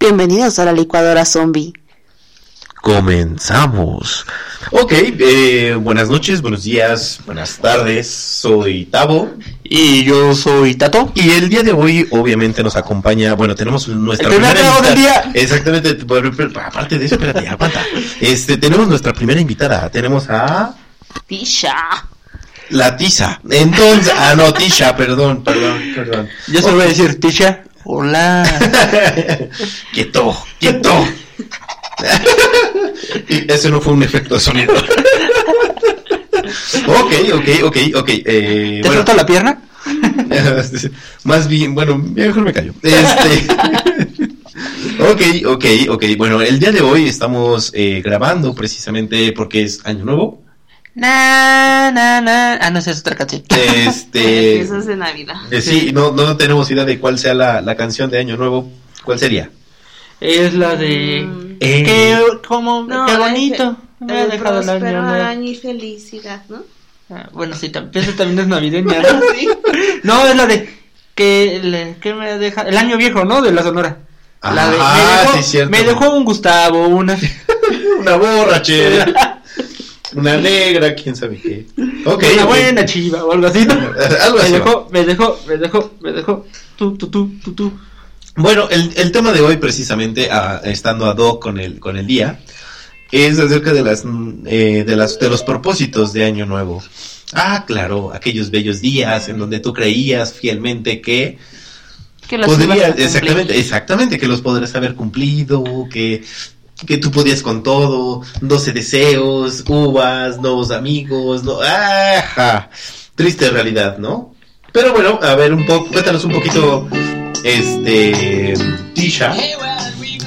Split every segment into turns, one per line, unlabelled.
Bienvenidos a la licuadora zombie.
Comenzamos.
Ok, eh, buenas noches, buenos días, buenas tardes. Soy Tavo.
Y yo soy Tato.
Y el día de hoy, obviamente, nos acompaña. Bueno, tenemos nuestra
El primer trago del
invitada-
día.
Exactamente. pero- pero Aparte de eso, espérate, aguanta. Este, tenemos nuestra primera invitada. Tenemos a.
Tisha.
La Tiza. Entonces. Ah, no, Tisha, perdón, perdón, perdón.
Yo solo voy a decir, Tisha, hola.
quieto, quieto. Y Ese no fue un efecto de sonido. ok, ok, ok, ok. Eh,
¿Te
bueno.
suelto la pierna?
Más bien, bueno, mejor me callo. Este. ok, ok, ok. Bueno, el día de hoy estamos eh, grabando precisamente porque es Año Nuevo.
Na, na, na. Ah, no, esa es otra canción.
Este.
Eso es de Navidad.
eh, sí, no, no tenemos idea de cuál sea la, la canción de Año Nuevo. ¿Cuál sería?
Es la de...
Mm.
Eh,
Qué, como,
No,
qué
la de-
bonito. Me ha
El
dejado el año
próspero
nuevo.
año y felicidad, ¿no?
Ah, Bueno, sí, tam- esa también es navideña, ¿no? No, es la de... Que, le- que me deja... El año viejo, ¿no? De la Sonora. La de, me
Ah,
dejó-
sí, cierto.
Me dejó un Gustavo, una...
Una borrachera. Una negra, quién sabe qué. Ok.
una
ok.
buena chiva o algo así. ¿no?
Algo
me
así. va.
dejó, me dejó, me dejó, me dejó. Tú, tú, tú, tú, tú.
Bueno, el, el tema de hoy, precisamente, a- estando ad hoc con el, con el día, es acerca de, las, mm, eh, de, las, de los propósitos de Año Nuevo. Ah, claro, aquellos bellos días en donde tú creías fielmente que
Que
podrías, exactamente, exactamente, que los podrías haber cumplido, que, que tú podías con todo, 12 deseos, uvas, nuevos amigos, no, ajá, triste realidad, ¿no? Pero bueno, a ver un poco, cuéntanos un poquito, este, Tisha,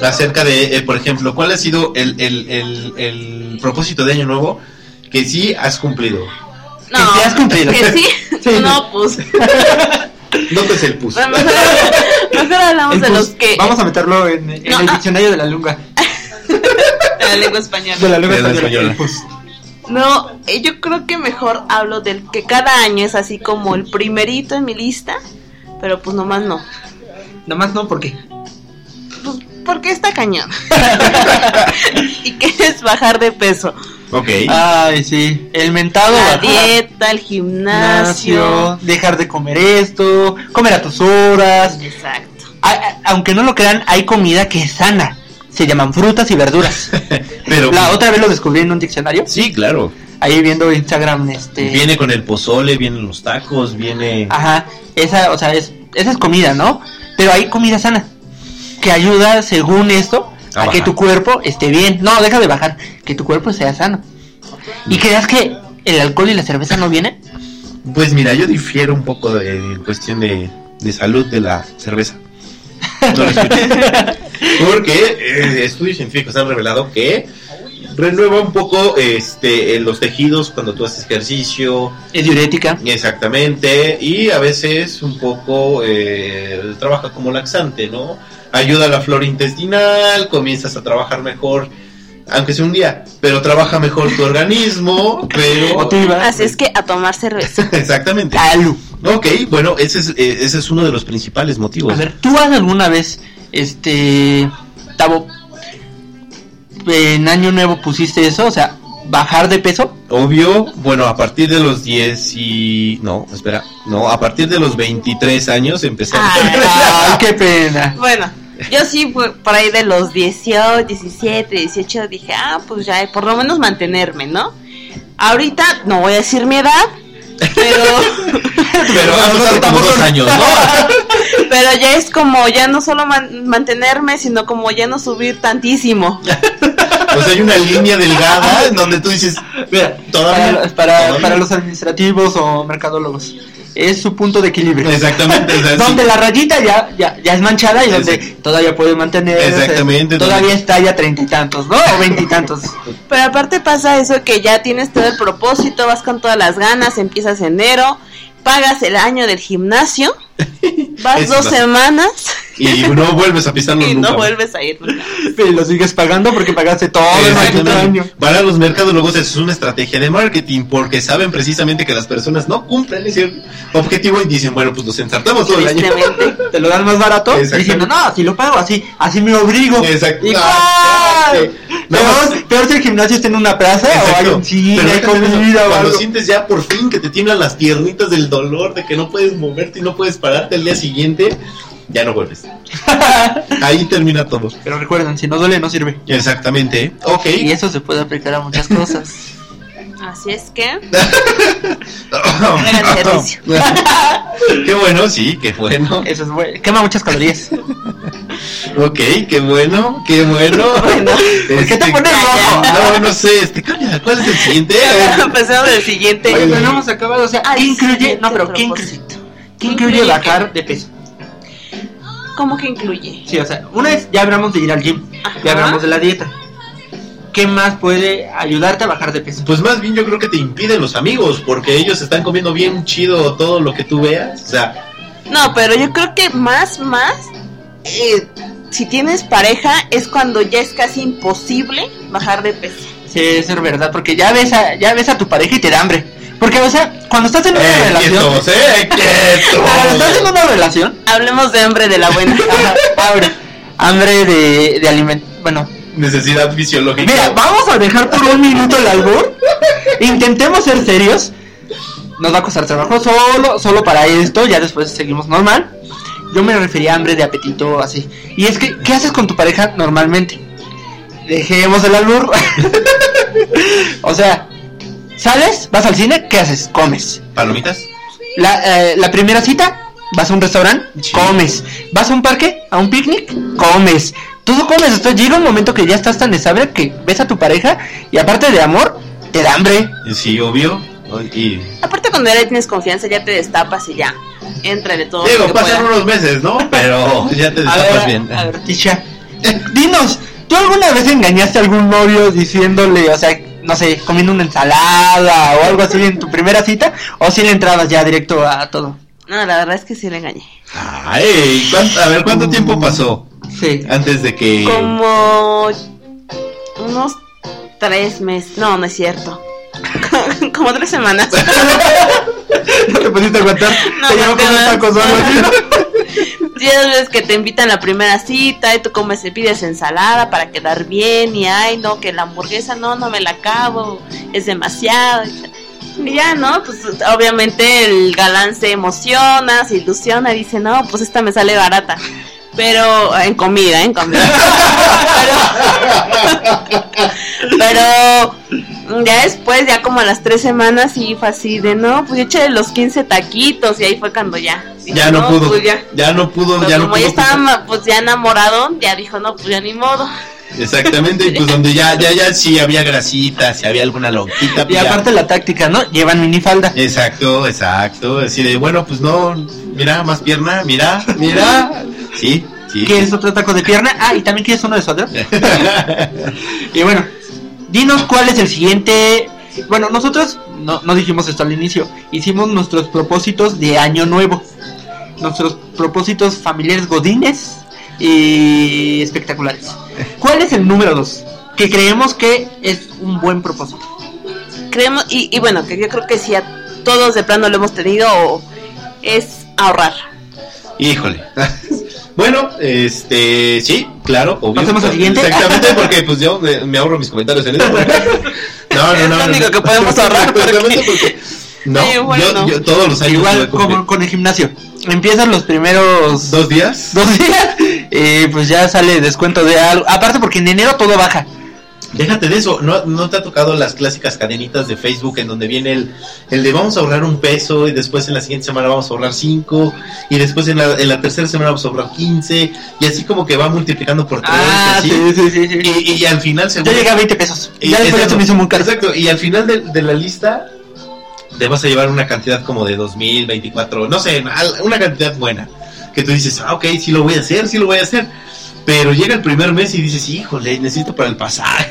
acerca de, eh, por ejemplo, ¿cuál ha sido el, el, el, el propósito de Año Nuevo que sí has cumplido?
No,
Que sí has cumplido.
que sí.
Sí.
No, pues.
No te es el pus.
Mejor, mejor hablamos de los
Entonces,
que.
Vamos a meterlo en, en
No,
el
ah.
diccionario de la lengua.
de la lengua española.
De la lengua
De la
española.
española.
Pues,
No, eh, yo creo que mejor hablo del que cada año es así como el primerito en mi lista, pero pues nomás no.
nomás no, porque.
Pues porque está cañón. y que es bajar de peso.
Ok.
Ay, sí. El mentado.
La
bajar
dieta, el gimnasio.
gimnasio, Dejar de comer esto. Comer a tus horas.
Exacto.
A- a- aunque no lo crean, hay comida que es sana. Se llaman frutas y verduras.
Pero,
La otra vez lo descubrí en un diccionario.
sí, claro.
Ahí viendo Instagram, este. Ah.
Viene con el pozole, vienen los tacos, viene...
Ajá, esa, o sea, es, esa es comida, ¿no? Pero hay comida sana que ayuda, según esto,
A
a, que
bajar.
tu cuerpo esté bien. No, deja de bajar, que tu cuerpo sea sano. ¿Y creas que el alcohol y la cerveza no vienen?
Pues mira, yo difiero un poco de, en cuestión de, de salud de la cerveza. No lo escuché. Porque eh, estudios científicos han revelado que renueva un poco este, eh, los tejidos cuando tú haces ejercicio,
Es diurética.
exactamente, y a veces un poco eh, trabaja como laxante, ¿no? Ayuda a la flora intestinal, comienzas a trabajar mejor, aunque sea un día, pero trabaja mejor tu organismo, pero...
Motiva.
Así es que a tomar cerveza.
Exactamente.
Salud.
Ok, bueno, ese es, eh, ese es uno de los principales
A
motivos.
ver, ¿tú has alguna vez, este, Tavo, en Año Nuevo pusiste eso? O sea, bajar de peso.
Obvio, bueno, a partir de los 10 y... No, espera, no, a partir de los 23 años empecé
Ay,
a...
qué pena.
Bueno, yo sí fue por ahí de los 18, 17, 18 dije, ah, pues ya, por lo menos mantenerme, ¿no? Ahorita no voy a decir mi edad, pero,
Pero ha pasado como dos años, ¿no?
pero ya es como ya no solo man- mantenerme, sino como ya no subir tantísimo.
O sea, hay una línea delgada en donde tú dices...
Mira,
Todavía-
para, para-
todavía.
para los administrativos o mercadólogos, es su punto de equilibrio.
Exactamente, o sea, sí.
Donde la rayita ya, ya, ya es manchada y donde
Exact-
todavía puede mantener.
Exactamente,
Todavía
donde-
está ya treinta y tantos, ¿no? O veintitantos.
Pero aparte pasa eso que ya tienes todo el propósito, vas con todas las ganas, empiezas enero, pagas el año del gimnasio, vas
Es
dos
más.
semanas
y no vuelves a pisarlo
Y
nunca.
no vuelves a ir nunca.
Y lo sigues pagando porque pagaste todo el maldito
Exactamente.
año.
Para los mercadólogos es una estrategia de marketing porque saben precisamente que las personas no cumplen ese objetivo y dicen, bueno, pues nos ensartamos todo el año.
Tristemente.
Te lo dan más barato
Exactamente.
diciendo, no, si lo pago así, así me obligo.
Exacto.
Igual.
Ah, sí. Nada más-
Peor, peor si el gimnasio está en una plaza o hay
Exacto.
un cine,
Pero
hay
déjate de eso,
comida o
cuando
algo.
sientes ya por fin que te tiemblan las piernitas del dolor, de que no puedes moverte y no puedes pararte al día siguiente, ya no vuelves. Ahí termina todo.
Pero recuerden, si no duele, no sirve.
Exactamente. ¿eh? Ok.
Y eso se puede aplicar a muchas cosas.
Así es que. Hagan ejercicio.
qué bueno, sí, qué bueno.
Eso es bueno. Quema muchas calorías.
Ok, qué bueno, qué bueno.
¿Por qué te
Este,
pones rojo?
No, no sé, este, cambia, ¿cuál es el siguiente? A ver.
Empezamos el siguiente.
Oye, pero no hemos acabado, o sea,
Al
¿qué incluye?
siguiente
No, pero ¿qué incluye?
propósito.
¿Qué incluye pues, bajar de peso?
¿Cómo que incluye?
Sí, o sea, una vez ya hablamos de ir al gym, ya
Ajá.
hablamos de la dieta. ¿Qué más puede ayudarte a bajar de peso?
Pues más bien yo creo que te impiden los amigos, porque ellos están comiendo bien chido todo lo que tú veas. O sea,
No, pero yo creo que más, más. eh, si tienes pareja, es cuando ya es casi imposible bajar de peso.
Sí, eso es verdad, porque ya ves a, ya ves a tu pareja y te da hambre. Porque, o sea, cuando estás en una
eh,
relación...
quietos, eh,
Cuando estás en
quietos.
una relación...
Hablemos de hambre de la buena.
ajá, hambre, hambre de, de alimento... Bueno,
Necesidad fisiológica.
mira, vamos a dejar por un minuto el albur. Intentemos ser serios. Nos va a costar trabajo solo, solo para esto, ya después seguimos normal. Yo me refería a hambre de apetito así. Y es que, ¿qué haces con tu pareja normalmente? Dejemos el albur. o sea, sales, vas al cine, ¿qué haces? Comes.
¿Palomitas?
La, eh, la primera cita, vas a un restaurante,
Sí.
comes. Vas a un parque, a un picnic, comes. Todo comes. Entonces llega un momento que ya estás tan estable que ves a tu pareja y aparte de amor, te da hambre.
Sí, obvio. Y...
Aparte, cuando ya le tienes confianza, ya te destapas y ya. Éntrale todo. lo
Digo,
que
pasan
pueda.
unos meses, ¿no? Pero pues ya te destapas bien.
a ver, Tisha, Eh, dinos, ¿tú alguna vez engañaste a algún novio diciéndole, o sea, no sé, comiendo una ensalada o algo así en tu primera cita? ¿O si le entrabas ya directo a todo?
No, la verdad es que sí le engañé.
Ay, ¿cuánto- a ver, ¿cuánto tiempo pasó
Sí.
antes de que...
Como unos tres meses. No, no es cierto. Como tres semanas.
No te pudiste aguantar.
No
te llevó
aguanté
con un
más.
taco solo, ¿sí?
Ya ves que te invitan a la primera cita y tú comes y pides ensalada para quedar bien y ay no, que la hamburguesa no, no me la acabo, es demasiado. Y ya, ¿no? Pues obviamente el galán se emociona, se ilusiona y dice, no, pues esta me sale barata. Pero en comida, en comida. Pero, pero ya después, ya como a las tres semanas, sí fue así de, no, pues yo eché los 15 taquitos y ahí fue cuando ya. dije,
Ya no pudo.
pues ya.
Ya no pudo,
Pero
ya no
como
pudo.
ya estaba ma- pues ya enamorado, ya dijo, no, pues ya ni modo.
Exactamente, y pues donde ya, ya, ya sí había grasita, si había alguna loquita.
Y
pues ya.
aparte la táctica, ¿no? Llevan minifalda.
Exacto, exacto. Así de, bueno, pues no, mira, más pierna, mira, mira. Sí, sí.
¿Quieres otro taco de pierna? Ah, y también quieres uno de suadero. y bueno, dinos cuál es el siguiente. Bueno, nosotros no, no dijimos esto al inicio. Hicimos nuestros propósitos de año nuevo. Nuestros propósitos familiares godines y espectaculares. ¿Cuál es el número dos? Que creemos que es un buen propósito.
Creemos, y, y bueno, que yo creo que si a todos de plano lo hemos tenido, o- es ahorrar.
Híjole. Bueno, este, sí, claro, obvio.
¿Pasemos al siguiente?
Exactamente, porque pues yo me, me ahorro mis comentarios en eso. No, no, no.
Es lo
no,
único
no.
que podemos ahorrar, porque-
Exactamente, porque- No,
Sí, bueno.
yo, yo todos los años.
Igual
tuve
como con el gimnasio. Empiezan los primeros
¿Dos días?
dos días, eh, pues ya sale descuento de algo. Aparte porque en enero todo baja.
Déjate de eso, ¿no, no te ha tocado las clásicas cadenitas de Facebook en donde viene el, el de vamos a ahorrar un peso y después en la siguiente semana vamos a ahorrar cinco y después en la, en la tercera semana vamos a ahorrar 15 y así como que va multiplicando por tres así.
Ah, sí, sí, sí.
Y, y al final se
Yo llegué a 20 pesos. ya después
exacto,
ya se me hizo muy caro.
Exacto, y al final de, de la lista te vas a llevar una cantidad como de 2000, 24, no sé, al- una cantidad buena. Que tú dices, ah, ok, sí lo voy a hacer, sí lo voy a hacer. Pero llega el primer mes y dices, híjole, necesito para el pasaje.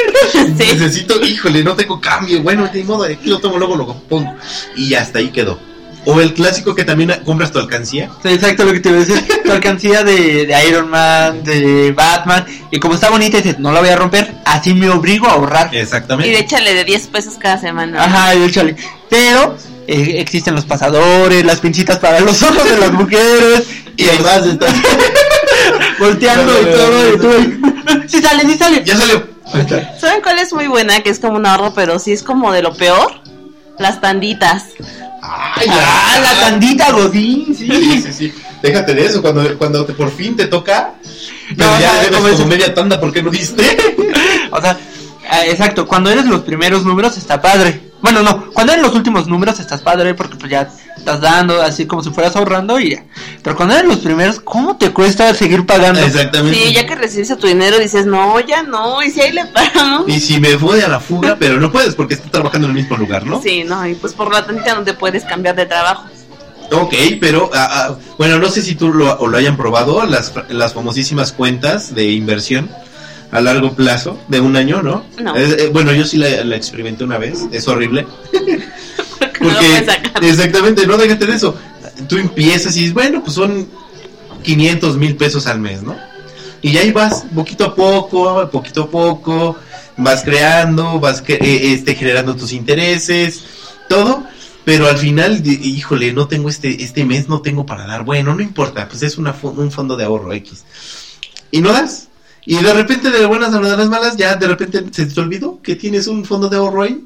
Necesito, híjole, no tengo cambio. Bueno, de modo, aquí lo tomo, luego lo pongo. Y hasta ahí quedó. O el clásico que también compras tu alcancía.
Sí, Exacto lo que te iba a decir. Tu alcancía de, de Iron Man, de Batman. Y como está bonita, dices, no la voy a romper. Así me obligo a ahorrar.
Y
Exactamente.
de échale de 10 pesos cada semana.
Ajá, y échale. Pero eh, existen los pasadores, las pinchitas para los ojos de las mujeres.
Y además está-
Volteando y todo. Y tú, sí sale, sí sale.
Ya salió.
¿Saben cuál es muy buena? Que es como un ahorro, pero sí es como de lo peor. Las tanditas.
Ay,
Ah, la tandita Godín,
Sí,
sí.
sí, sí. Déjate de eso. Cuando, cuando te- por fin te toca, pero
No,
ya
no,
debes
como
como
eso.
media tanda porque no diste.
O sea, ah, exacto, cuando eres los primeros números está padre. Bueno, no, cuando eres los últimos números estás padre porque pues ya estás dando así como si fueras ahorrando y ya. Pero cuando eres los primeros, ¿cómo te cuesta seguir pagando?
Exactamente.
Sí, ya que recibiste tu dinero dices, no, ya no, y si ahí le paramos.
Y si me voy a la fuga, pero no puedes porque estás trabajando en el mismo lugar, ¿no?
Sí, no, y pues por la tantita no te puedes cambiar de trabajo.
Ok, pero ah, ah, bueno, no sé si tú lo, o lo hayan probado, las, las famosísimas cuentas de inversión a largo plazo, de un año, ¿no?
No.
Es- eh, bueno, yo sí la, la experimenté una vez, es horrible.
Porque, no lo
Porque,
puedes sacar.
exactamente, no déjate de eso. Tú empiezas y dices, bueno, pues son 500 mil pesos al mes, ¿no? Y ahí vas, poquito a poco, poquito a poco, vas creando, vas cre- eh, este, generando tus intereses, todo. Pero al final, di- híjole, no tengo este, este mes, no tengo para dar. Bueno, no importa, pues es una, fo- un fondo de ahorro X. Y no das. Y de repente, de buenas a las malas, ya de repente se te olvidó que tienes un fondo de ahorro ahí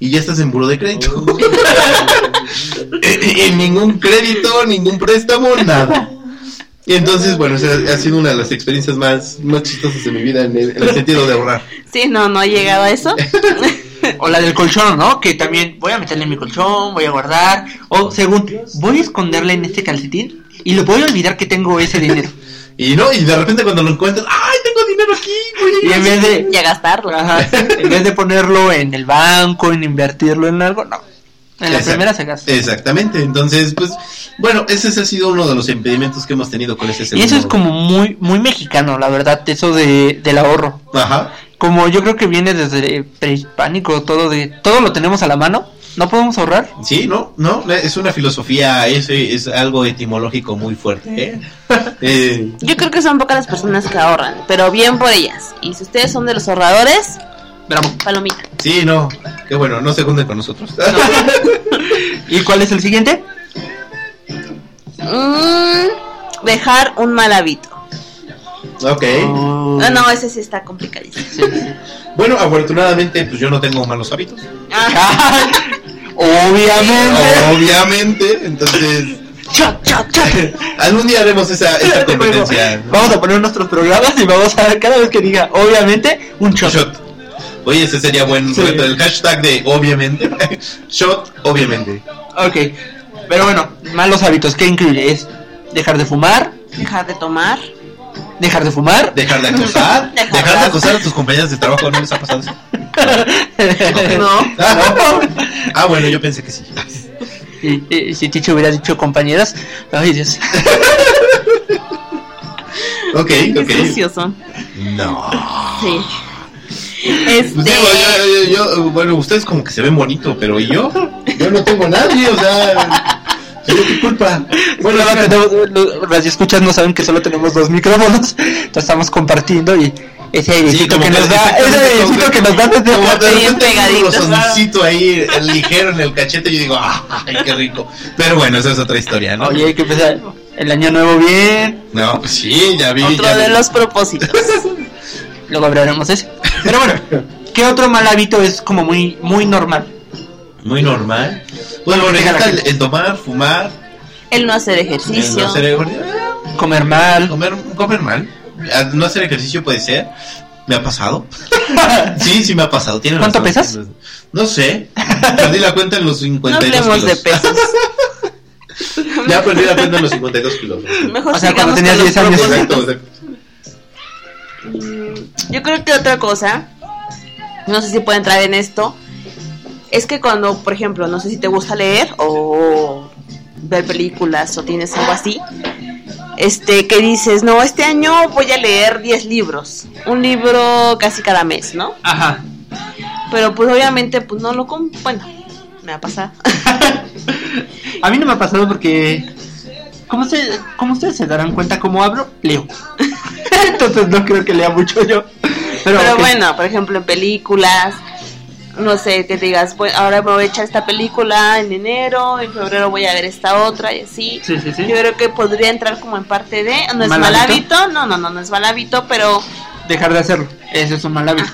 y ya estás en buro de crédito. en en ningún crédito, ningún préstamo, nada. Y entonces, bueno, o sea, ha sido una de las experiencias más, más chistosas de mi vida en el, en el sentido de ahorrar.
Sí, no, no he llegado a eso.
O la del colchón, ¿no? Que también voy a meterle en mi colchón, voy a guardar. O según, voy a esconderle en este calcetín y lo voy a olvidar que tengo ese dinero.
Y no, y de repente cuando lo encuentras, ¡ay, tengo dinero aquí!
Y
güey!
en vez de,
Y a gastarlo.
ajá, en vez de ponerlo en el banco, en invertirlo en algo, no. En la
Exact-
primera se gasta.
Exactamente, entonces, pues, bueno, ese, ha sido uno de los impedimentos que hemos tenido con ese
Y eso es
segundo-
como muy, muy mexicano, la verdad, eso de, del ahorro.
Ajá,
Como yo creo que viene desde prehispánico, todo de, todo lo tenemos a la mano, no podemos ahorrar.
sí, no, no, es una filosofía, es, es algo etimológico muy fuerte, ¿eh? Eh,
Yo creo que son pocas las personas que ahorran, pero bien por ellas. Y si ustedes son de los ahorradores,
Bravo.
palomita.
sí, no, que bueno, no se junten con nosotros.
¿Y cuál es el siguiente?
Mm, dejar un mal hábito. Ah,
ok.
Oh.
No, no, ese sí está complicadísimo.
Sí, sí.
Bueno, afortunadamente, pues yo no tengo malos hábitos.
Ah,
Ay, Obviamente.
Obviamente, entonces
Cha, cha, cha.
algún día haremos esa, esa
Te juego.
competencia.
pues, Vamos a poner nuestros programas y vamos a cada vez que diga, obviamente, un shot.
Shot. Oye, ese sería buen
Sí.
reto. El hashtag de obviamente. Shot, obviamente.
Ok. Pero bueno, malos hábitos, ¿qué incluye? Es dejar de fumar,
dejar de tomar.
dejar de fumar,
Dejar de acosar.
Dejar
Dejar de
de-
acosar a tus compañeras de trabajo. ¿No les ha pasado eso?
No.
Ah, Ah, bueno, yo pensé que sí.
Y- y- si Chicho hubiera dicho compañeras, ay Dios.
Ok,
Qué
ok.
sucios son.
No.
Sí.
Pues digo,
Este.
yo, yo- yo- bueno, ustedes como que se ven bonito, pero ¿y yo? Yo no tengo a nadie, o sea. ¿Qué culpa?
Bueno, ahora
oigan.
tenemos, los radioescuchas no saben que solo tenemos dos micrófonos, entonces estamos compartiendo y ese airecito
como
que
que-
nos da,
exactamente, como
ese airecito
que-
que nos da desde
Como
acá.
Bien
de repente tengo un
pegadito,
rosoncito ahí eh, ligero en el cachete y yo digo, ay, qué rico. Pero bueno, esa es otra historia, ¿no?
Oye, hay que empezar el año nuevo bien,
No, pues sí, ya vi.
Otro
ya
de
vi.
los propósitos.
luego hablaremos de eso. Pero bueno, ¿qué otro mal hábito es como muy muy normal?
Muy normal. Bueno, bueno, ya está el, el tomar, fumar,
El no hacer
el
ejercicio.
no hacer ejercicio,
Comer mal,
comer, comer mal. Ah, No hacer ejercicio puede ser. Me ha pasado. sí, sí me ha pasado. tiene
¿Cuánto
razón.
pesas?
No sé. Perdí la cuenta en los
No
52
hablemos de
kilos.
pesos.
Ya perdí la cuenta en los 52 kilos.
Mejor
O sea,
sigamos
cuando tenías
con los
10 años.
propósitos.
Exacto, exacto.
Mm, Yo creo que otra cosa, no sé si puede entrar en esto, es que cuando, por ejemplo, no sé si te gusta leer o ver películas o tienes algo así, este, que dices, no, este año voy a leer 10 libros, un libro casi cada mes, ¿no?
ajá,
Pero pues obviamente, pues no lo, com- bueno, me ha pasado.
A mí no me ha pasado porque. Como, se, como ustedes se darán cuenta, como hablo, leo. Entonces no creo que lea mucho yo. Pero,
Pero,
ok.
bueno, por ejemplo, en películas, no sé, que te digas, "Bu- ahora me voy a echar esta película en enero, en febrero voy a ver esta otra y así.
Sí, sí, sí.
Yo creo que podría entrar como en parte de, no es
¿Mal
mal
hábito?
hábito, no, no, no, no es mal hábito, pero
Dejar de hacerlo. Ese es un mal hábito.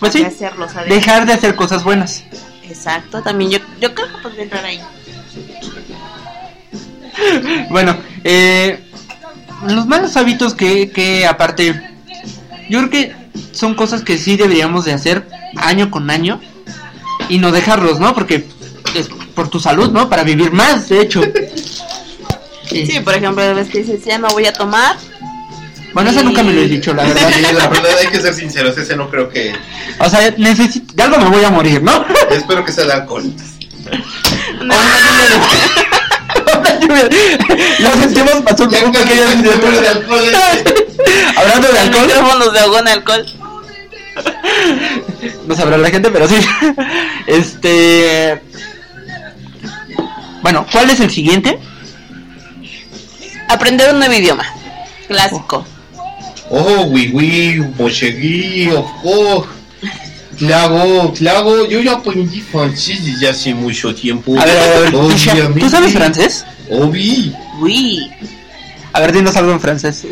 Pues sí.
de hacerlo, o sea, de-
Dejar de hacer cosas buenas.
exacto, también yo, yo creo que podría entrar ahí.
Bueno, eh, los malos hábitos que, que aparte, yo creo que son cosas que sí deberíamos de hacer año con año y no dejarlos, ¿no? Porque es por tu salud, ¿no? Para vivir más, de hecho. Sí.
Sí, por ejemplo, ves que dices, ya no voy a tomar,
Bueno, eso nunca me lo he dicho, la verdad.
Sí, la verdad hay que ser sinceros, ese no creo que...
O sea, necesito, de algo me voy a morir, ¿no?
Espero que sea el alcohol.
no,
Lo sentimos, pasó un
Ya
un
casi
pequeño
se muere de
incidente.
alcohol este.
Hablando de
el
alcohol,
micrófono se ahogó en alcohol.
No sabrá la gente, pero sí. Este. Bueno, ¿cuál es el siguiente?
Aprender un nuevo idioma, clásico.
Oh, oui, oui, bochegui, of course. Claro, claro, yo ya aprendí francés desde hace mucho tiempo.
A ver, a ver, a ver. Tisha,
Obviamente.
¿Tú sabes francés?
Obvi.
Oh.
Uy.
A ver, dinos algo en francés.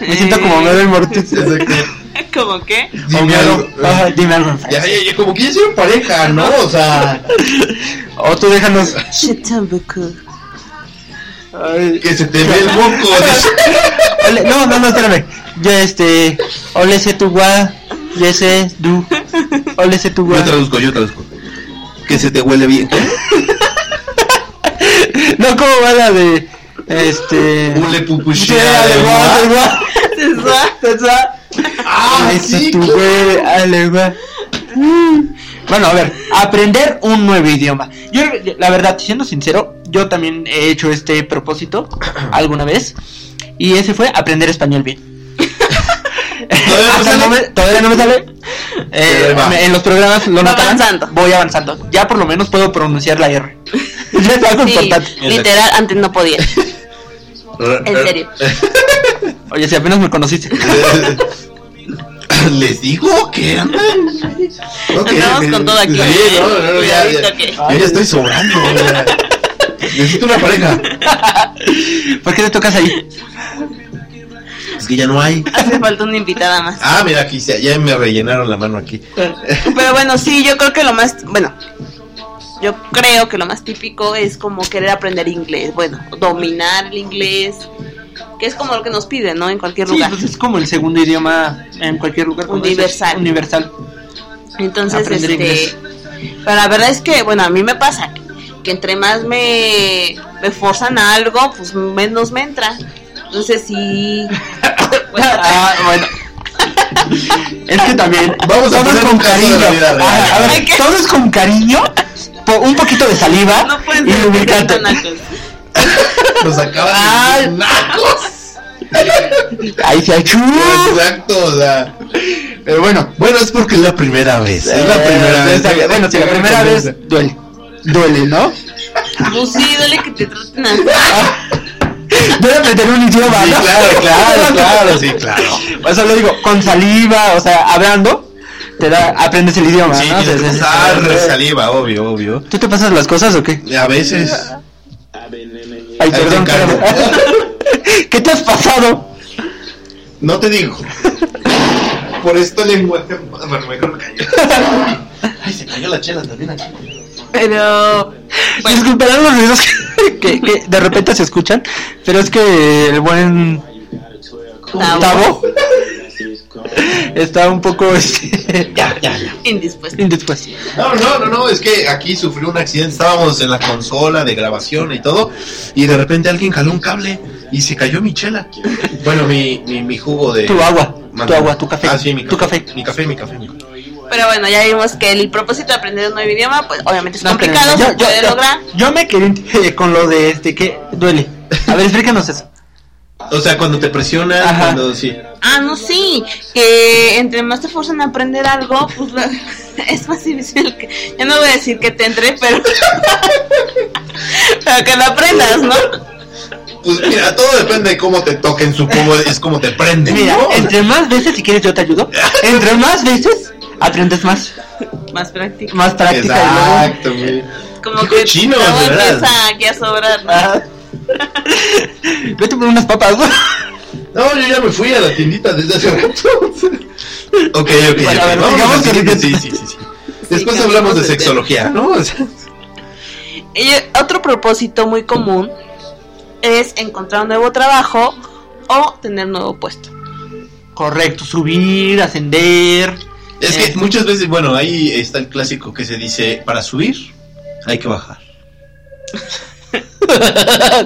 Me siento como Mabel Mortis.
¿Cómo qué?
Dime Eh, algo.
Ajá, dime algo en
Ya,
francés.
ya, ya, como que ya son pareja, ¿no? O sea,
O tú déjanos.
Je t'aime beaucoup.
Ay.
que se te ve el moco.
Ole- No, no, no, espérame. Yo, este. Ole se tu gua. Yese du. Ole se tu gua.
Yo traduzco, yo traduzco. Que se te huele bien.
No, ¿cómo va la de. Este.
Hule
Sí,
pupushia
la de gua, de gua. De gua.
Ah,
Eso
sí,
tú, güey, ale, güey. Mm. Bueno, a ver, aprender un nuevo idioma. Yo, la verdad, siendo sincero, yo también he hecho este propósito alguna vez. Y ese fue aprender español bien.
no
Hasta el
sale?
momen- Todavía no me sale. Eh,
Pero va.
me- en los programas lo
Va
notarán.
avanzando.
Voy avanzando. Ya por lo menos puedo pronunciar la R. Ya es algo
Sí,
importante.
literal, antes no podía.
Eh,
En serio.
Oye, si apenas me conociste.
Les digo que andan. Ok. eh,
Andamos con todo aquí.
Sí, no, no, no, ya, ya.
Cuidadito que-
Yo ya estoy sobrando. ya. Necesito una pareja.
¿Por qué te tocas ahí?
Es que ya no hay.
Hace falta una invitada más.
Ah, mira, aquí se- ya me rellenaron la mano aquí.
Pero bueno, sí, yo creo que lo más. Bueno, yo creo que lo más típico es como querer aprender inglés. Bueno, dominar el inglés. Que es como lo que nos piden, ¿no? En cualquier
Sí,
lugar.
pues es como el segundo idioma en cualquier lugar. como dices,
Universal.
Universal.
Entonces,
Aprender
este,
inglés.
pero la verdad es que, bueno, a mí me pasa que, que entre más me, me forzan a algo, pues menos me entra. Entonces, sí. Bueno,
Ah, bueno. Es que también.
Vamos a
todos
poner
con
un caso de
cariño.
la vida real.
Ah, a ver,
Hay que-
todos con cariño. po- Un poquito de saliva.
no pueden
y
ser
lubricante.
tan altos.
Nos
Ay.
acaban de nacos.
Ahí se ha
Exacto, o sea.
Pero bueno.
Bueno, es porque es la primera vez. Es la
eh,
primera vez.
esa- Bueno, si la primera vez duele. Duele, ¿no?
Pues sí, duele que te traten así.
Duele aprender un idioma,
Sí,
¿no?
claro, claro, claro, sí, claro.
O sea, lo digo, con saliva, o sea, hablando, te da, aprendes el idioma,
Sí,
ah, ¿no?
tienes que
Se- se-
usar
se-
saliva, obvio, obvio.
¿Tú te pasas las cosas o qué?
A veces.
Ay,
Ahí te
perdón,
encargo.
pero- ¿Qué te has pasado?
No te digo. Por esta lengua. Bueno, mejor me cayó. Ay, se cayó la chela también aquí.
Pero.
Disculparán los ruidos que, que- que de repente se escuchan, pero es que el buen
Tavo.
Tavo está un poco este,
Ya, ya, ya.
Indispuesto.
indispuesto.
No, no, no, no, es que aquí sufrió un accidente. Estábamos en la consola de grabación y todo. Y de repente alguien jaló un cable y se cayó mi chela. Bueno, mi, mi, mi jugo de.
Tu agua, tu
Manzana.
agua, tu café,
Ah, sí, mi café.
tu café.
Mi café, mi café. mi café.
Pero bueno, ya vimos que el propósito de aprender un nuevo idioma, pues obviamente es complicado,
Yo-
se
yo-
puede
yo-
lograr.
Yo me quedé eh, con lo de este que duele. A ver, explícanos eso.
O sea, cuando te presionan,
Ajá.
cuando sí.
Ah, no, sí, que entre más te forzan a aprender algo, pues la- es más difícil que. Yo no voy a decir que te entre, pero. pero que lo aprendas, ¿no?
Pues mira, todo depende de cómo te toquen, supongo, es como te prenden.
Mira,
¿no?
entre más veces, si quieres yo te ayudo, entre más veces aprendes más,
Más práctico.
más práctica y luego-
Exacto, güey.
Como
Qué
que
cochinos,
luego
de verdad.
empieza aquí a sobrar. ¿no?
Ah. Vete por unas papas.
No, yo ya me fui a la tiendita desde hace rato. ok, ok,
Bueno, a ver,
ok, vamos
digamos
al
que
siguiente, sí, sí,
repite.
sí, sí. Después
cambiamos
hablamos de
de tema.
sexología, ¿no? O sea,
Y otro propósito muy común es encontrar un nuevo trabajo o tener un nuevo puesto.
Correcto, subir, ascender.
es que
Eh.
muchas veces, bueno, ahí está el clásico que se dice, para subir hay que bajar.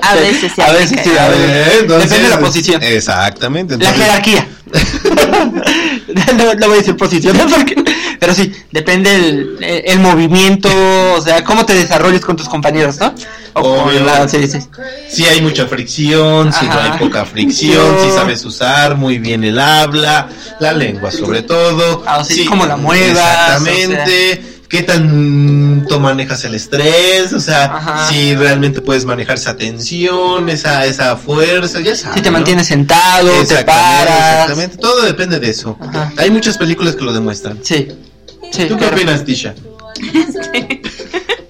A veces sí,
a veces sí, a veces.
Eh, entonces-
Depende de la posición.
Exactamente.
La
entonces-
jerarquía. no, no voy a decir posición, porque- pero sí, depende el, eh, el- el movimiento, o sea, cómo te desarrolles con tus compañeros, ¿no? O
Obvio.
con la, se dice.
Si hay mucha fricción, si no
Ajá.
hay poca fricción,
Yo-
si sabes usar muy bien el habla, la lengua sobre todo.
Ah, sí,
si-
cómo la muevas,
Exactamente. ¿Qué tanto manejas el estrés? O sea,
Ajá.
si realmente puedes manejar esa tensión, esa, esa fuerza, ya sabes.
Si te
¿no?
mantienes sentado, te
Exactamente,
paras.
Exactamente, todo depende de eso.
Ajá.
Hay muchas películas que lo demuestran.
Sí. Sí,
¿Tú qué
claro.
opinas, Tisha?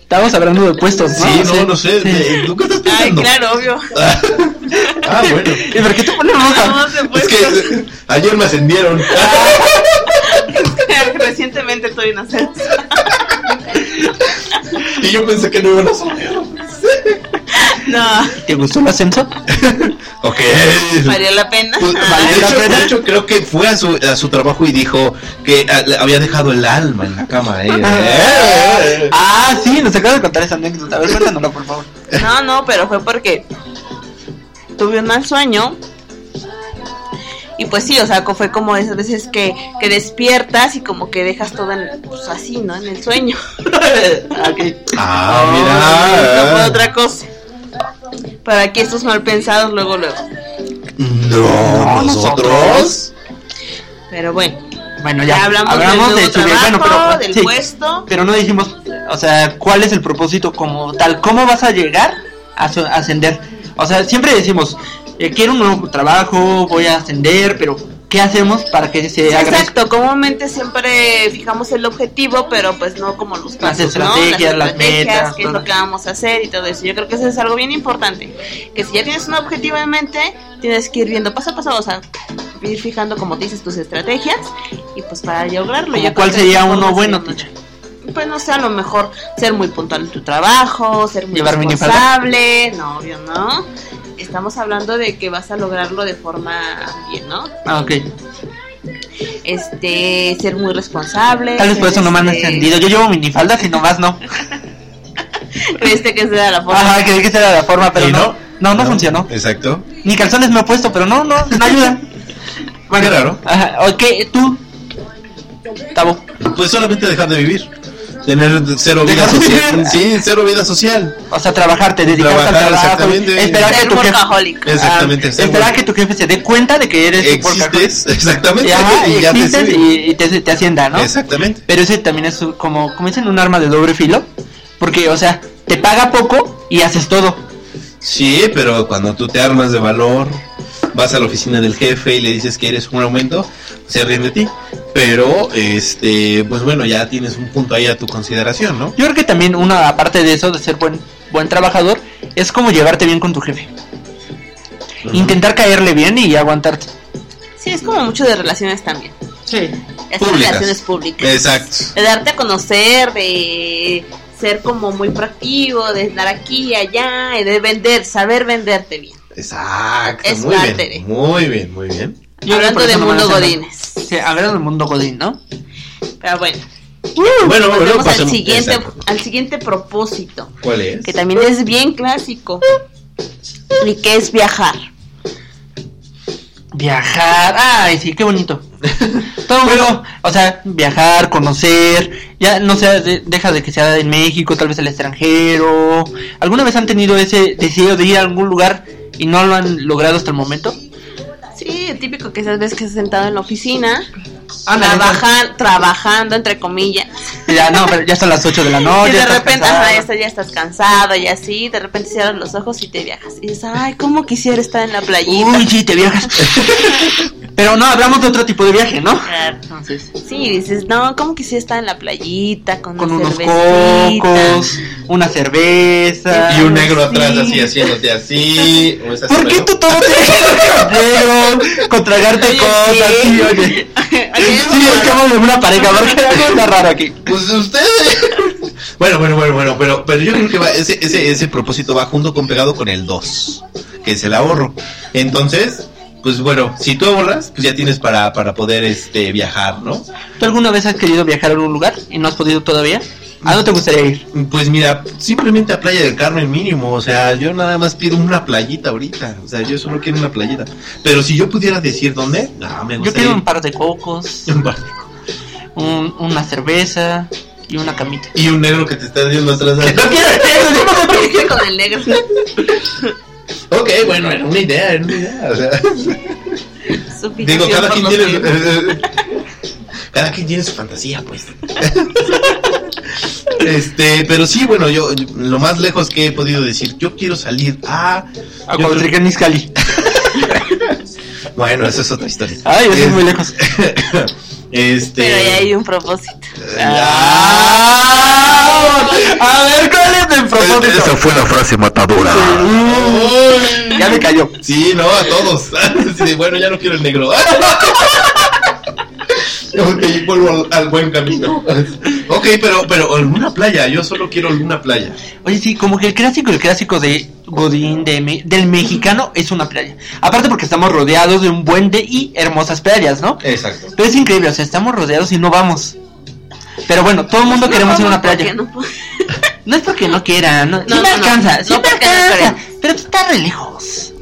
Estamos hablando de puestos, ¿no?
sí, no, no sé.
Sí.
¿Tú qué estás
Ay,
pensando?
claro, obvio.
ah, bueno.
¿Y por qué te pones roja?
No, se puede.
Es que eh, ayer me ascendieron.
Ah.
Recientemente estoy en ascenso.
Y yo pensé que no iban a saber.
No,
¿Te gustó el ascenso?
Ok.
valió la pena. Ah.
Pues,
valió
de,
la
hecho,
pena.
de hecho, creo que fue a su, a su trabajo y dijo que ah, le había dejado el alma en la cama. eh. Eh.
Ah, sí, nos acabas de contar esa anécdota. A ver, cuéntanosla, por favor.
No, no, pero fue porque tuve un mal sueño. Y pues sí, o sea, co- fue como esas veces que, que despiertas y como que dejas todo en, pues así, ¿no? En el sueño.
Ok.
Ah,
No fue
mira.
otra cosa. Para que estos mal pensados luego, luego.
No, nosotros.
Pero bueno,
Bueno,
ya,
ya,
hablamos,
hablamos
del nuevo
de subir.
trabajo,
Bueno, pero,
del
sí,
puesto.
pero no dijimos, o sea, cuál es el propósito como tal, cómo vas a llegar a, su- a ascender. O sea, siempre decimos, eh, quiero un nuevo trabajo, voy a ascender, pero ¿qué hacemos para que se haga
Exacto, comúnmente siempre fijamos el objetivo, pero pues no como los pasos,
estrategias,
¿no?
las metas,
qué es lo
todo.
que vamos a hacer y todo eso. Yo creo que eso es algo bien importante, que si ya tienes un objetivo en mente, tienes que ir viendo paso a paso, o sea, ir fijando como te dices tus estrategias y pues para lograrlo.
como
yo
¿Cuál
creo que
sería
esa
uno
forma
bueno,
sería
teacher?
Pues no sé, a lo mejor ser muy puntual en tu trabajo, ser muy
Llevar minifalda.
responsable, no, obvio, no. Estamos hablando de que vas a lograrlo de forma bien, ¿no?
Ah, ok.
Este, ser muy responsable.
Tal vez por eso no me han
este,
ascendido. Yo llevo minifaldas y nomás no.
Creíste este, que sea la forma.
Ajá, creí que esa era la forma, pero
¿Y
no. No, no, funcionó.
Exacto.
Ni calzones me he puesto, pero no, no, no ayuda.
Qué raro.
Ajá, ok, tú. Tabo.
Pues solamente dejar de vivir. Tener cero vida
Dejar de
social.
vivir.
Sí, cero vida social.
O sea, trabajarte, dedicarte
Trabajar,
al trabajo.
exactamente.
Esperar que
Ser
tu jefe,
workaholic.
Exactamente.
ah, esperar que tu jefe se dé cuenta de que eres un workaholic.
Existes. Exactamente.
Y, ajá,
y ya te
existes
sirve.
y, y te, te hacienda, ¿no?
Exactamente.
Pero ese también es un- como, como dicen, un arma de doble filo. Porque, o sea, te paga poco y haces todo.
Sí, pero cuando tú te armas de valor, vas a la oficina del jefe y le dices que eres un aumento, se ríen de ti. Pero, este, pues bueno, ya tienes un punto ahí a tu consideración, ¿no?
Yo creo que también una aparte de eso, de ser buen, buen trabajador, es como llevarte bien con tu jefe. Intentar caerle bien y aguantarte.
Sí, es como mucho de relaciones también.
Sí.
Es
Públicas.
relaciones públicas.
Exacto.
De darte a conocer, de ser como muy proactivo, de estar aquí y allá, y de vender, saber venderte bien.
Exacto.
Es
muy
parte de.
bien. Muy bien, muy bien.
Hablando de mundo godines.
Sí, hablando del mundo godín, ¿no?
Pero bueno,
Uh,
Bueno, bueno,
volvemos al
pasemos-
siguiente,
Exacto.
al siguiente propósito,
¿Cuál es?
que también es bien clásico. Y que es viajar.
Viajar, ay, sí, qué bonito. Todo bueno, o sea, viajar, conocer, ya no sea, de- deja de que sea en México, tal vez el extranjero. ¿Alguna vez han tenido ese deseo de ir a algún lugar y no lo han logrado hasta el momento?
Sí, típico que esas veces que estás sentado en la oficina
Ándale,
trabajan, trabajando, entre comillas.
Ya, no, pero ya son las 8 de la noche.
y de
estás
repente,
cansado.
ajá, ya, estás- ya estás cansado y así, de repente cierras los ojos y te viajas. Y dices, ay, ¿cómo quisiera estar en la playita?
Uy, sí, te viajas. pero no, hablamos de otro tipo de viaje, ¿no?
Ah,
Entonces,
Sí, dices, no, ¿cómo quisiera estar en la playita con,
con
una
unos
cervecita?
cocos, una cerveza.
Y un negro
Sí.
atrás así haciéndote así. o estás
Ah, ¿Por qué
haciendo-
tú todo tienes que ser negro? Con tragarte
Oye,
cosas,
sí.
sí, oye.
Oye,
Sí, estamos en una pareja, porque algo está raro aquí.
Pues ustedes. Bueno, bueno, bueno, bueno, pero, pero yo creo que va- ese, ese, ese propósito va junto con pegado con el 2, que es el ahorro. Entonces, pues bueno, si tú ahorras, pues ya tienes para, para poder este viajar, ¿no?
¿Tú alguna vez has querido viajar a algún lugar y no has podido todavía? ¿A dónde te gustaría ir?
Pues mira, simplemente a Playa del Carmen mínimo, o sea, yo nada más pido una playita ahorita, o sea, yo solo quiero una playita. Pero si yo pudiera decir dónde, no, me
Yo
gustaría
quiero un
ir
par de cocos,
a un bar.
un- una cerveza y una camita.
Y un negro que te está viendo atrás.
con el negro.
ok, bueno, era una idea, era una idea, o sea.
Su
Digo,
fijación
cada
por
quien
los
tiene.
este,
negros.
cada quien tiene su fantasía, pues. este, pero sí, bueno, yo yo- lo más lejos que he podido decir, yo quiero salir a.
A
yo creo-
Cuauhtémoc,
bueno, eso es otra historia.
Ay, eso es
Es-
muy lejos.
Este.
Pero ahí hay un propósito.
Ah, a ver, ¿cuál es el propósito?
fue la frase matadora.
Ya me cayó.
Sí, no, a todos. Sí, bueno, ya no quiero el negro. ok, vuelvo al, al buen camino. ok, pero, pero en una playa, yo solo quiero alguna playa.
Oye, sí, como que el clásico, el clásico de Godín, de me- del mexicano, es una playa. Aparte porque estamos rodeados de un buen de y hermosas playas, ¿no?
Exacto.
Pero es increíble, o sea, estamos rodeados y no vamos. Pero bueno, todo el mundo queremos ir a una playa.
No, porque
No es porque no quiera, no, sí
No,
me
no, no.
alcanza, sí
No
me
porque no
alcanza,
queremos.
pero está re lejos.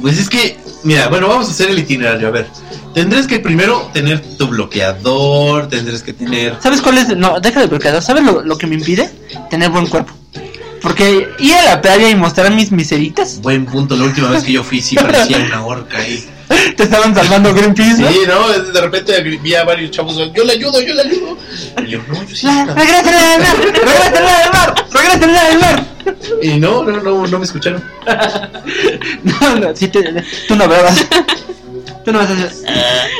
Pues es que, mira, bueno, vamos a hacer el itinerario. A ver, tendrás que primero tener tu bloqueador, tendrás que tener.
¿Sabes cuál es? No, deja de bloqueador. ¿Sabes lo, lo que me impide? Tener buen cuerpo. Porque ir a la playa y mostrar mis miseritas,
Buen punto, la última vez que yo fui sí parecía una horca ahí.
te estaban salvando Greenpeace, ¿no?
Sí, ¿no? De repente vi a varios chavos, yo le ayudo, yo le ayudo. Y yo, no, yo sí.
La- Regrésenla al mar, regrésenla al mar, regrésenla al mar.
Y no, no, no, no me escucharon.
No, no, sí te- tú no bebas. Tú no vas a hacer.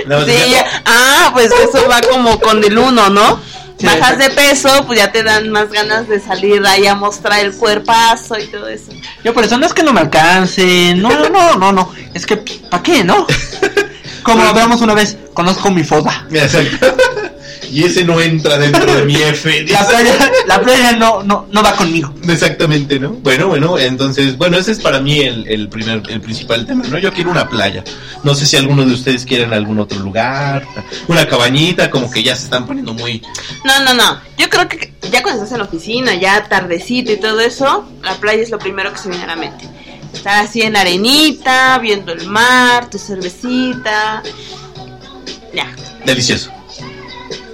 Nada más
Sí,
decía,
ya- ah, pues eso va como con el uno, ¿no?
Sí,
Bajas de peso, pues ya te dan más ganas de salir ahí a mostrar el cuerpazo y todo eso.
Yo por eso no es que no me alcance. No, no, no, no, no. Es que, ¿para qué, no? Como hablamos una vez, conozco mi foda.
Exacto. Y ese no entra dentro de mi F.
La playa, la playa no, no, no va conmigo.
Exactamente, ¿no? Bueno, bueno, entonces, bueno, ese es para mí el, el primer, el principal tema, ¿no? Yo quiero una playa. No sé si alguno de ustedes quieren algún otro lugar, una cabañita, como que ya se están poniendo muy...
No, no, no. Yo creo que ya cuando estás en la oficina, ya tardecito y todo eso, la playa es lo primero que se viene a la mente. Estar así en la arenita, viendo el mar, tu cervecita. Ya.
Delicioso.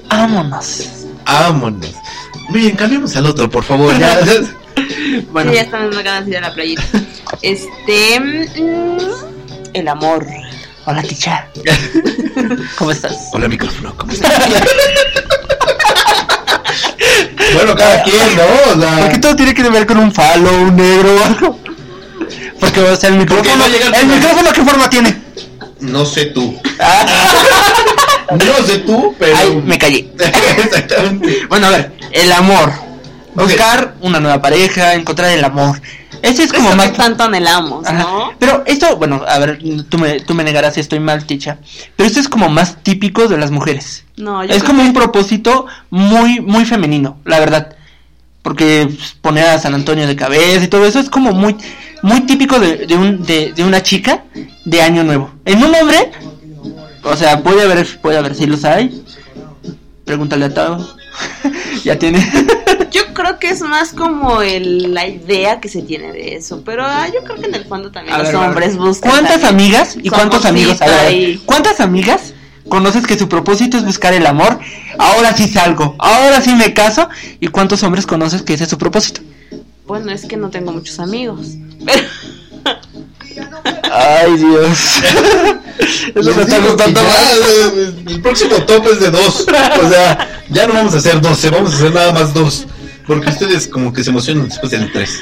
Vámonos.
Vámonos. Miren, cambiemos al otro, por favor. ya.
Bueno,
Sí, ya están dando ganas de ir a la playita. Este. mm, el amor.
hola, ticha. ¿Cómo estás?
Hola, micrófono, ¿cómo estás? bueno, cada quien, ¿no? O sea-
¿Por qué todo tiene que ver con un falo, un negro o algo? Porque, o sea, el micrófono.
no llega al
¿El
final?
micrófono qué forma tiene?
No sé tú.
Ah,
No sé tú, pero.
ay, me callé.
Exactamente.
Bueno, a ver, el amor.
Ok.
Buscar una nueva pareja, encontrar el amor. Ese es como
Eso
más.
que tanto anhelamos,
Ajá.
¿no?
Pero esto, bueno, a ver, tú me, tú me negarás si estoy mal, Ticha. Pero esto es como más típico de las mujeres.
No, yo
es
creo
como un propósito muy, muy femenino, la verdad. Porque pues, poner a San Antonio de cabeza y todo eso es como muy, muy típico de, de un, de, de una chica de año nuevo. En un hombre, o sea, puede haber, puede haber, si los hay. Pregúntale a Tao. ya tiene.
Yo creo que es más como el- la idea que se tiene de eso, pero ah, yo creo que en el fondo también
A
los
ver, a ver.
hombres buscan.
¿Cuántas
también.
amigas y cuántos
Famosita
amigos? A ver, a ver,
y-
¿Cuántas amigas conoces que su propósito es buscar el amor? Ahora sí salgo, ahora sí me caso. ¿Y cuántos hombres conoces que ese es su propósito?
Bueno, es que no tengo muchos amigos. Pero...
Ay, Dios. Eso me
Les
está
digo que
gustando
ya,
más.
eh, El próximo top es de dos. O sea, ya no vamos a hacer 12, vamos a hacer nada más dos. Porque ustedes como que se emocionan después del tres.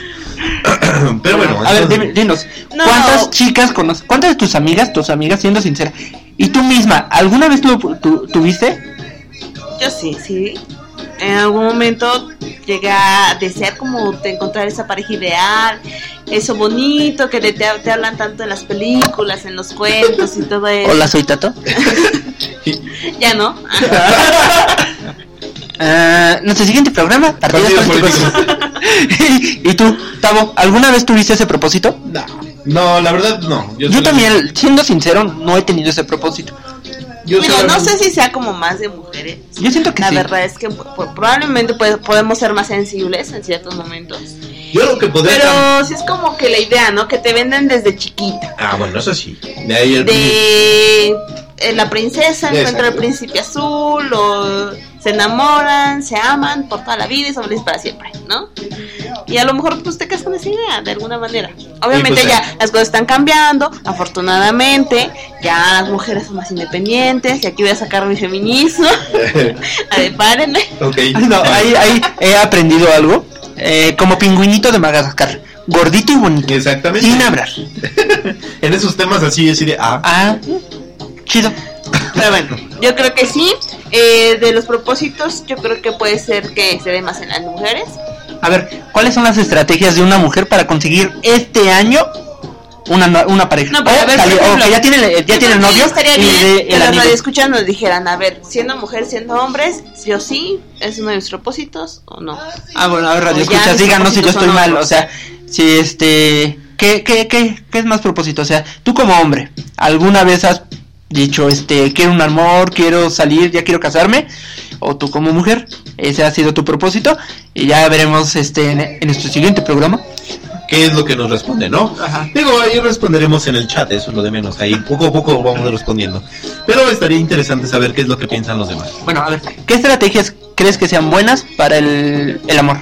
Pero bueno,
a ver,
entonces-
dime- dinos,
No.
¿cuántas chicas conoces? ¿Cuántas de tus amigas, tus amigas, siendo sincera? Y tú misma, ¿alguna vez tu- tu- tuviste?
Yo sí, sí. En algún momento llegué a desear como de encontrar esa pareja ideal, eso bonito que de- te, te hablan tanto en las películas, en los cuentos y todo eso.
Hola, soy Tato.
Ya no.
Ah, nuestro siguiente programa, partidos,
Partidos
políticos. y tú, Tavo, ¿alguna vez tuviste ese propósito?
No, no, la verdad no.
Yo,
solo-
también, siendo sincero, no he tenido ese propósito.
yo
Digo,
solo-
no sé si sea como más de mujeres.
Yo siento que
La
sí.
verdad es que po- po- probablemente pues, podemos ser más sensibles en ciertos momentos.
Yo lo que podría...
Pero sí es como que la idea, ¿no? Que te venden desde chiquita.
Ah, bueno, eso sí. De ahí el-
De eh, la princesa encuentra al
Exacto.
príncipe azul o se enamoran, se aman por toda la vida y son felices para siempre, ¿no? Y a lo mejor pues te quedas con esa idea de alguna manera. Obviamente
pues,
ya
eh.
las cosas están cambiando, afortunadamente, ya las mujeres son más independientes y aquí voy a sacar mi feminismo. a ver, párenme.
ok.
Ay, no, ahí, ahí he aprendido algo. Eh, como pingüinito de Madagascar, gordito y bonito,
Exactamente.
sin hablar.
En esos temas así, así de... Ah,
Ah, chido.
Pero bueno, yo creo que sí. Eh, de los propósitos, yo creo que puede ser que se dé más en las mujeres.
A ver, ¿cuáles son las estrategias de una mujer para conseguir este año una, no- una pareja?
No, pero
O
a ver, por
sali- o
ejemplo,
que ya tiene, ya
Yo
tiene
creo que
novio
Estaría
y
bien
le dé
que
el
las
anillo.
radioescuchas nos dijeran, a ver, siendo mujer, siendo hombres, yo sí, es uno de mis propósitos o no.
Ah, bueno, a ver, radio
O ya,
escuchas,
mis
díganos si yo
propósitos
estoy
son
mal,
otros.
o sea, si este, ¿qué, qué, qué, qué es más propósito? O sea, tú como hombre, ¿alguna vez has dicho, este, quiero un amor, quiero salir, ya quiero casarme? O tú como mujer, ese ha sido tu propósito, y ya veremos, este, en, en nuestro siguiente programa.
¿Qué es lo que nos responde, no?
Ajá.
Digo, ahí responderemos en el chat, eso es lo de menos. Ahí poco a poco vamos respondiendo. Pero estaría interesante saber qué es lo que piensan los demás.
Bueno, a ver, ¿qué estrategias crees que sean buenas para el, el amor?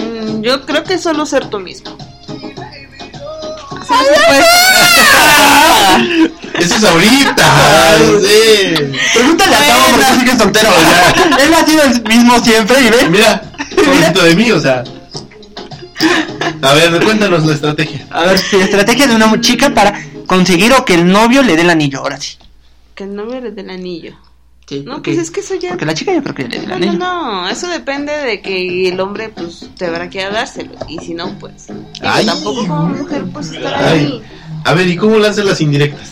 Mm, yo creo que solo ser tú mismo. Solo ser- pues,
Eso es ahorita. sí.
Pregúntale
a Tavo, porque
sigue soltero,
o
Él ha sido el mismo siempre, y ve.
Mira, pobrecito de mí, o sea. A ver, cuéntanos la estrategia.
A ver, si estrategia de una chica para conseguir o que el novio le dé el anillo, ahora sí.
que no me eres del anillo.
Sí,
No,
porque-
pues es que eso ya...
Porque la chica yo creo que le dé el
No,
anillo.
no, no, eso depende de que el hombre pues te habrá que dárselo y si no pues digo,
Ay.
tampoco como mujer pues estar
Ay.
ahí.
A ver, ¿y cómo lanzan las indirectas?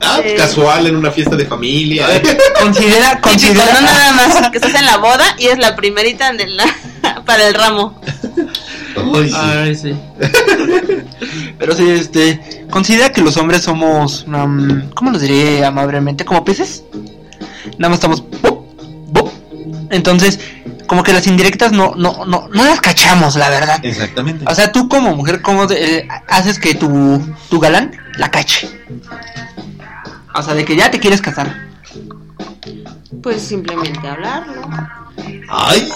Ah,
Eh.
casual, en una fiesta de familia.
Considera,
Típico,
considera.
no nada más que estás en la boda y es la primerita de la, para el ramo.
Ay, sí.
Ay, sí. Pero sí, este. Considera que los hombres somos. um, ¿Cómo lo diré amablemente? ¿Como peces? Nada más estamos. ¡pop! ¡pop! Entonces, como que las indirectas no, no, no, no las cachamos, la verdad.
Exactamente.
O sea, tú como mujer, ¿cómo te- eh, haces que tu, tu galán la cache? O sea, de que ya te quieres casar.
Pues simplemente hablarlo.
Ay,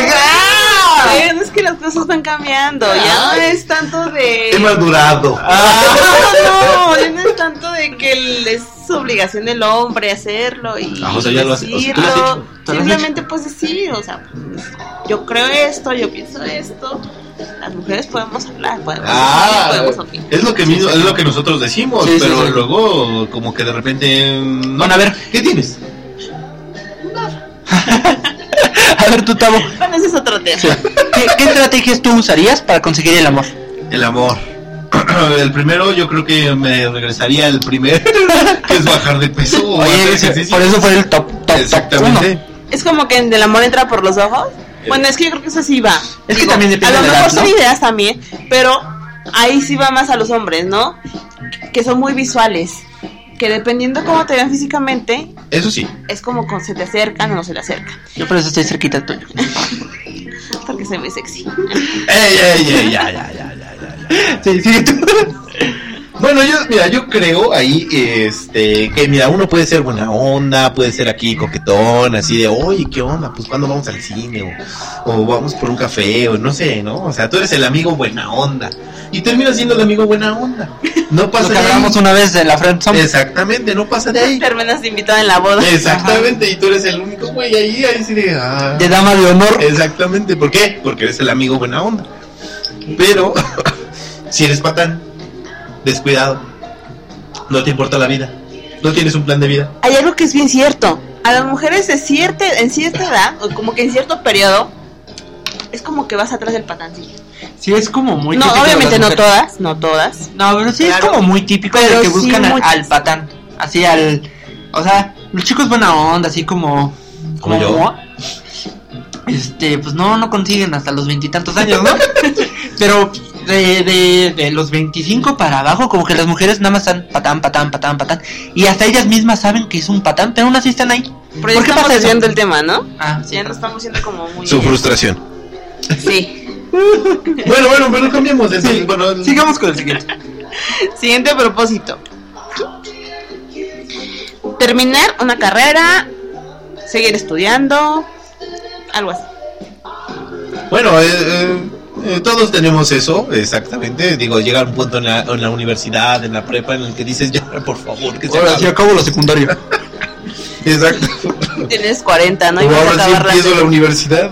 Oigan, es que las cosas van cambiando, ya no es tanto de...
he madurado. Ah,
No, no, ya no es tanto de que el- es obligación del hombre hacerlo y
Ah, o sea, ya lo hace- o sea, ah, tú lo
decirlo.
has hecho,
tú lo has
Simplemente pues decir, o sea, pues, yo creo esto, yo pienso esto. Las mujeres podemos hablar, podemos,
Ah,
opinar, podemos opinar.
es lo que mismo- es lo que nosotros decimos,
Sí, sí,
pero
sí.
luego como que de repente mm, no.
Bueno, a ver.
¿Qué tienes?
A ver, tú, Tavo.
Bueno, ese es otro tema.
Sí. ¿Qué, qué estrategias tú usarías para conseguir el amor?
El amor. El primero yo creo que me regresaría al primer, que es bajar de peso o hacer
Oye, ese-
ejercicio.
por eso fue el top, top, top
Exactamente.
uno.
Es como que el amor entra por los ojos. Bueno, es que yo creo que eso sí va.
Eh. Es que también
A
depende
lo
de la
mejor
edad,
son
¿no?
ideas también, pero ahí sí va más a los hombres, ¿no? Que son muy visuales. Que dependiendo cómo te vean físicamente,
Eso sí.
es como con- se te acercan o no se te acercan.
Yo por eso estoy cerquita tuyo.
Porque se ve sexy.
Ey, ey, ey, ya, ya, ya, ya, ya, ya.
Sí, sí, tú.
Bueno, yo, mira, yo creo ahí, este, que mira, uno puede ser buena onda, puede ser aquí coquetón, así de, oye, ¿qué onda? Pues cuando vamos al cine, o, o vamos por un café, o no sé, ¿no? O sea, tú eres el amigo buena onda. Y terminas siendo el amigo buena onda. No
Lo
pasa
que
de ahí.
hablamos una vez de la Friend
Exactamente, no pasa de ahí.
Terminas invitado en la boda.
Exactamente, y tú eres el único güey ahí, ahí sí de, ah.
de dama de honor.
Exactamente, ¿por qué? Porque eres el amigo buena onda. Pero si eres patán, descuidado, no te importa la vida, no tienes un plan de vida.
Hay algo que es bien cierto. A las mujeres de cierta, en cierta edad, o como que en cierto periodo, es como que vas atrás del patancillo.
Sí, es como muy
No,
típico de
obviamente
las
no
mujeres.
todas, no todas.
No, pero sí
Claro.
es como muy típico de
Pero
que
sí
buscan al,
muchas.
al patán. Así al. O sea, los chicos buena onda, así como.
Como yo.
Este, pues no, no consiguen hasta los veintitantos años, ¿no? pero de, de, de los 25 para abajo, como que las mujeres nada más están patán, patán, patán, patán. Y hasta ellas mismas saben que es un patán, pero aún así están ahí.
Pero ya
¿Por qué
estamos
pasa eso?
desviando el tema, ¿no?
Ah, sí,
Ya no
perdón.
estamos siendo como muy...
Su frustración.
Sí.
Bueno, bueno, pero cambiemos de sí, bueno, el-
Sigamos con el siguiente.
Siguiente propósito. Terminar una carrera, seguir estudiando, algo así.
Bueno, eh, eh, eh, todos tenemos eso, exactamente. Digo, llega un punto en la, en la universidad, en la prepa, en el que dices, ya, por favor, que se acabe.
acabo la secundaria.
Exacto.
Tienes 40, ¿no? Y
O
vas a
ahora sí
acabar
empiezo
la...
la universidad.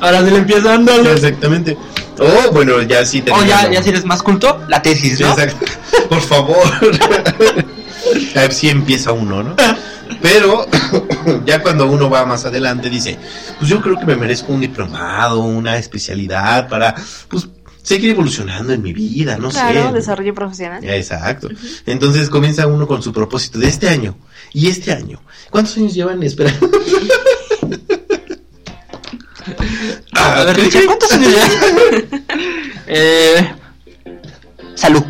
Ahora se le empieza a andar.
Exactamente. Oh, bueno, ya sí
O
tenemos
ya,
la-
ya si eres más culto, la tesis,
Sí,
¿no?
exacto. Por favor. si empieza uno, ¿no? Pero ya cuando uno va más adelante dice, pues yo creo que me merezco un diplomado, una especialidad para, pues, seguir evolucionando en mi vida, no
Claro,
sé.
desarrollo profesional.
Exacto. Entonces comienza uno con su propósito de este año y este año. ¿Cuántos años llevan esperando?
A ver, Richard, ¿cuántos años llevas? eh, salud.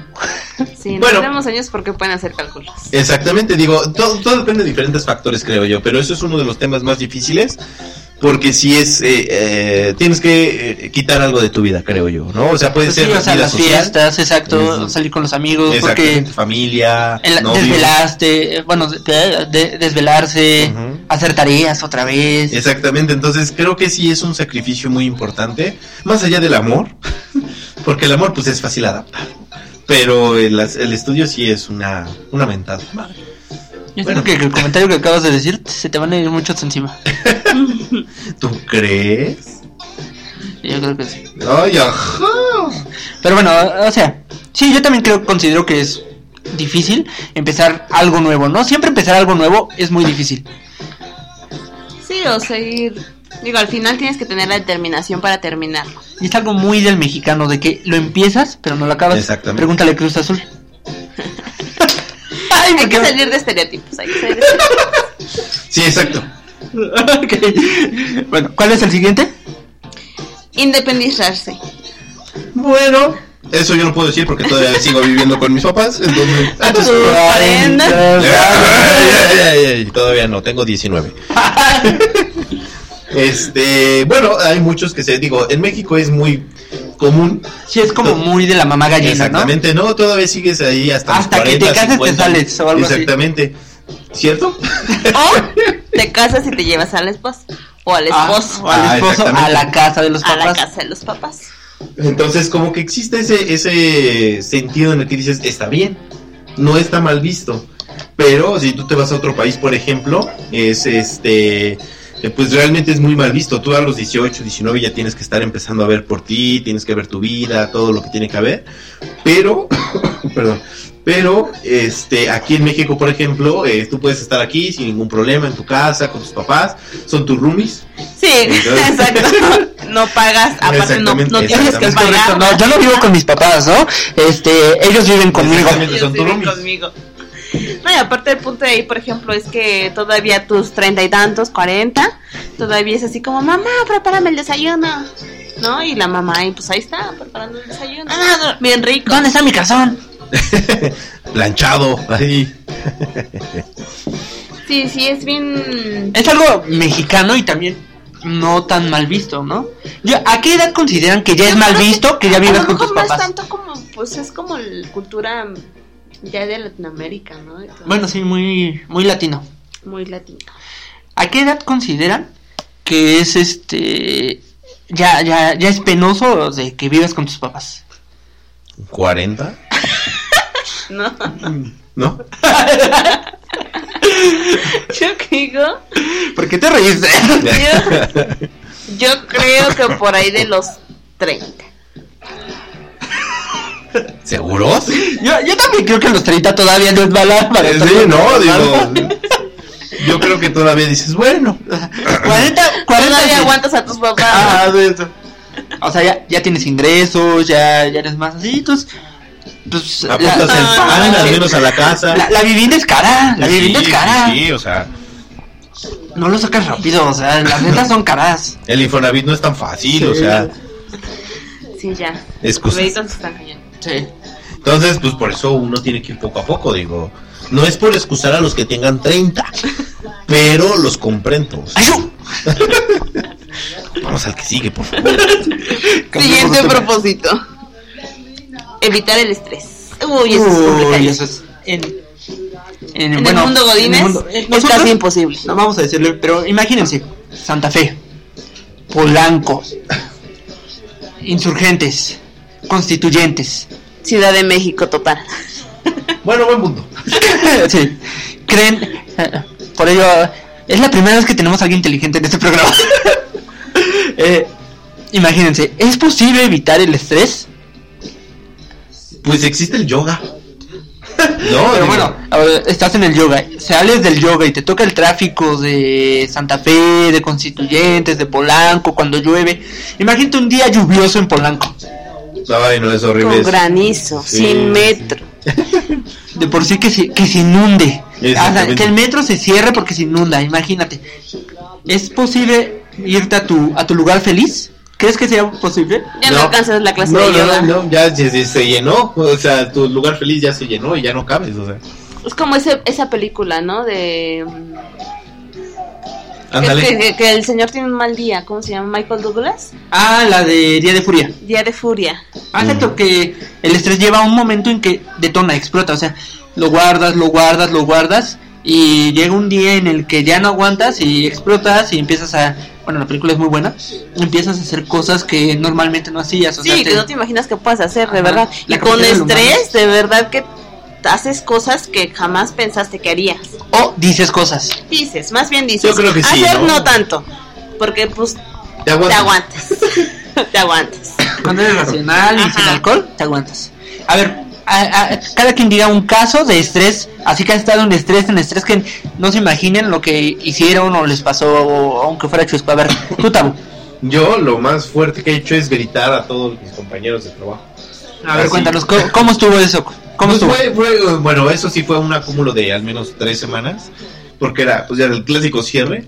Sí, no
Bueno.
tenemos años porque pueden hacer cálculos.
Eh. Exactamente, digo, todo, todo depende de diferentes factores, creo yo, pero eso es uno de los temas más difíciles, porque si es, eh, eh, tienes que eh, quitar algo de tu vida, creo yo, ¿no? O sea, puede
Pues
ser
sí, o sea,
vida
las
social,
fiestas, exacto,
Ujú.
salir con los amigos, porque
exactamente, familia,
el-
novios.
desvelaste, eh, bueno, de- de- desvelarse,
Ujú.
hacer tareas otra vez.
Exactamente, entonces creo que sí es un sacrificio muy importante, más allá del amor, porque el amor pues es fácil adaptar, pero el, as- el estudio sí es una, una mentada.
Yo creo que el comentario que acabas de decir se te van a ir muchos encima.
¿Tú crees?
Yo creo que sí.
Ay, ah. ajá.
Pero bueno, o sea, sí, yo también creo, considero que es difícil empezar algo nuevo, ¿no? Siempre empezar algo nuevo es muy difícil.
Sí, o seguir... Digo, al final tienes que tener la determinación para terminarlo.
Y es algo muy del mexicano, de que lo empiezas, pero no lo acabas.
Exactamente.
Pregúntale a Cruz Azul. Ay,
Hay que salir de estereotipos, hay que salir de estereotipos.
Sí, exacto.
Ok. Bueno, ¿cuál es el siguiente?
Independizarse.
Bueno, eso yo no puedo decir porque todavía sigo viviendo con mis papás, entonces...
Ah, pues, cuarenta.
Ay, ay, ay, ay, todavía no, tengo 19. Este, bueno, hay muchos que se, digo, en México es muy común.
Sí, es como muy de la mamá gallina, ¿no?
Exactamente, ¿no? Todavía sigues ahí hasta, los
Hasta que te
40,
cases, te
50.
sales, o algo así.
Exactamente. ¿Cierto?
O te casas y te llevas a la esposa. O al
Ah,
esposo.
o al
Ah,
esposo, a
exactamente.
la casa de los
a
papás.
la casa de los papás.
Entonces, como que existe ese, ese sentido en el que dices, está bien, no está mal visto. Pero si tú te vas a otro país, por ejemplo, es este. eh, Pues realmente es muy mal visto. Tú a los 18, 19 ya tienes que estar empezando a ver por ti, tienes que ver tu vida, todo lo que tiene que haber. Pero, perdón, pero este, aquí en México, por ejemplo, eh, tú puedes estar aquí sin ningún problema, en tu casa, con tus papás, son tus roomies.
Sí,
Entonces-
exacto. No pagas, aparte no, no
Exactamente,
tienes que
exactamente.
Es
pagar.
correcto, no, yo no vivo con mis papás, ¿no? Este, ellos viven conmigo.
Exactamente.
Ellos
Son tus
viven
roomies.
conmigo. No, y aparte el punto de ahí, por ejemplo, es que todavía tus treinta y tantos, cuarenta, todavía es así como, mamá, prepárame el desayuno. ¿No? Y la mamá ahí, pues ahí está, preparando el desayuno. Bien rico.
¿Dónde está mi calzón?
Planchado, ahí.
Sí, sí, es bien...
Es algo mexicano y también no tan mal visto, ¿no? Yo, ¿A qué edad consideran que ya es mal visto que ya
A
vivas
lo
con tus
mejor no es
papás?
tanto como, pues es como la cultura Ya de Latinoamérica, ¿no? Entonces,
Bueno, sí, muy, muy latino.
Muy latino.
¿A qué edad consideran que es este ya ya ya es penoso de que vivas con tus papás?
¿40?
No,
¿No?
yo que digo,
¿Por qué te reíste?
yo creo que por ahí de los 30.
¿Seguros?
Yo, yo también creo que los 30 todavía no es mala para estar
Sí,
con
no,
tus papás.
digo. Yo creo que todavía dices, bueno.
40, 40
Todavía
sí.
aguantas a tus papás.
Ah, de eso.
O sea, ya, ya tienes ingresos, ya, ya eres más así, entonces, pues, la,
Aportas el
Ah,
pan, al
sí.
menos a la casa.
la- la vivienda es cara, la
Sí,
vivienda es
sí,
cara.
Sí, o sea,
No lo sacas rápido, o sea, las rentas son caras.
el Infonavit no es tan fácil,
Sí.
o sea,
Sí, ya. Los
excusas.
créditos están cayendo.
Sí.
Entonces, pues por eso uno tiene que ir poco a poco, digo. No es por excusar a los que tengan 30, pero los comprendo.
¡Ayú!
Vamos al que sigue, por favor.
Siguiente propósito. Evitar el estrés. Uy, eso es
Uy,
complicado.
eso es en,
En el
bueno,
mundo
en el
Godínez
mundo- eh,
es
nosotros-
casi imposible.
No vamos a decirle, pero imagínense, Santa Fe, Polanco, Insurgentes, Constituyentes,
Ciudad de México total.
Bueno, buen mundo.
Sí. Creen. eh, Por ello, es la primera vez que tenemos a alguien inteligente en este programa. Eh, imagínense, ¿es posible evitar el estrés?
Pues existe el yoga. No,
Pero
digo,
bueno, ahora estás en el yoga, sales del yoga y te toca el tráfico de Santa Fe, de Constituyentes, de Polanco, cuando llueve. Imagínate un día lluvioso en Polanco.
Ay, no, es horrible.
Con
es-
granizo,
Sí,
sin
sí.
metro.
De por sí que se, que se inunde. Ah,
Exactamente.
O sea, que el metro se cierre porque se inunda, imagínate. ¿Es posible irte a tu, a tu lugar feliz? ¿Crees que sea posible?
Ya no, alcanzas la clase
no,
de
no,
yoga.
No, ya se, se- se llenó. O sea, tu lugar feliz ya se llenó y ya no cabes. O sea,
Es como ese, esa película, ¿no? De mm, que,
ándale.
que- que el señor tiene un mal día. ¿Cómo se llama? Michael Douglas.
Ah, la de Día de Furia.
Día de furia.
Ah,
Mm.
exacto, que el estrés lleva a un momento en que detona, explota. O sea, lo guardas, lo guardas, lo guardas. Y llega un día en el que ya no aguantas y explotas y empiezas a... Bueno, la película es muy buena. Empiezas a hacer cosas que normalmente no hacías. O sea,
Sí,
te-
que no te imaginas que puedas hacer, de
Ajá.
verdad.
La
y con
capacidad del
estrés, de verdad que haces cosas que jamás pensaste que harías.
O dices cosas.
Dices, más bien dices.
Yo creo que sí,
Hacer
¿no?
no, tanto. Porque pues
Te
te
aguantas.
aguantas. te aguantas.
Cuando eres racional y sin
Ajá.
alcohol, te aguantas. A ver, a- a- cada quien diga un caso de estrés, así que ha estado en estrés, en estrés que no se imaginen lo que hicieron o les pasó, o- aunque fuera chusco. A ver, tú Tabo.
Yo lo más fuerte que he hecho es gritar a todos mis compañeros de trabajo.
A ver,
Así.
cuéntanos, ¿cómo, cómo estuvo eso?
Pues
¿Cómo estuvo?
fue- fue- bueno, eso sí fue un acúmulo de al menos tres semanas, porque era, pues ya era el clásico cierre.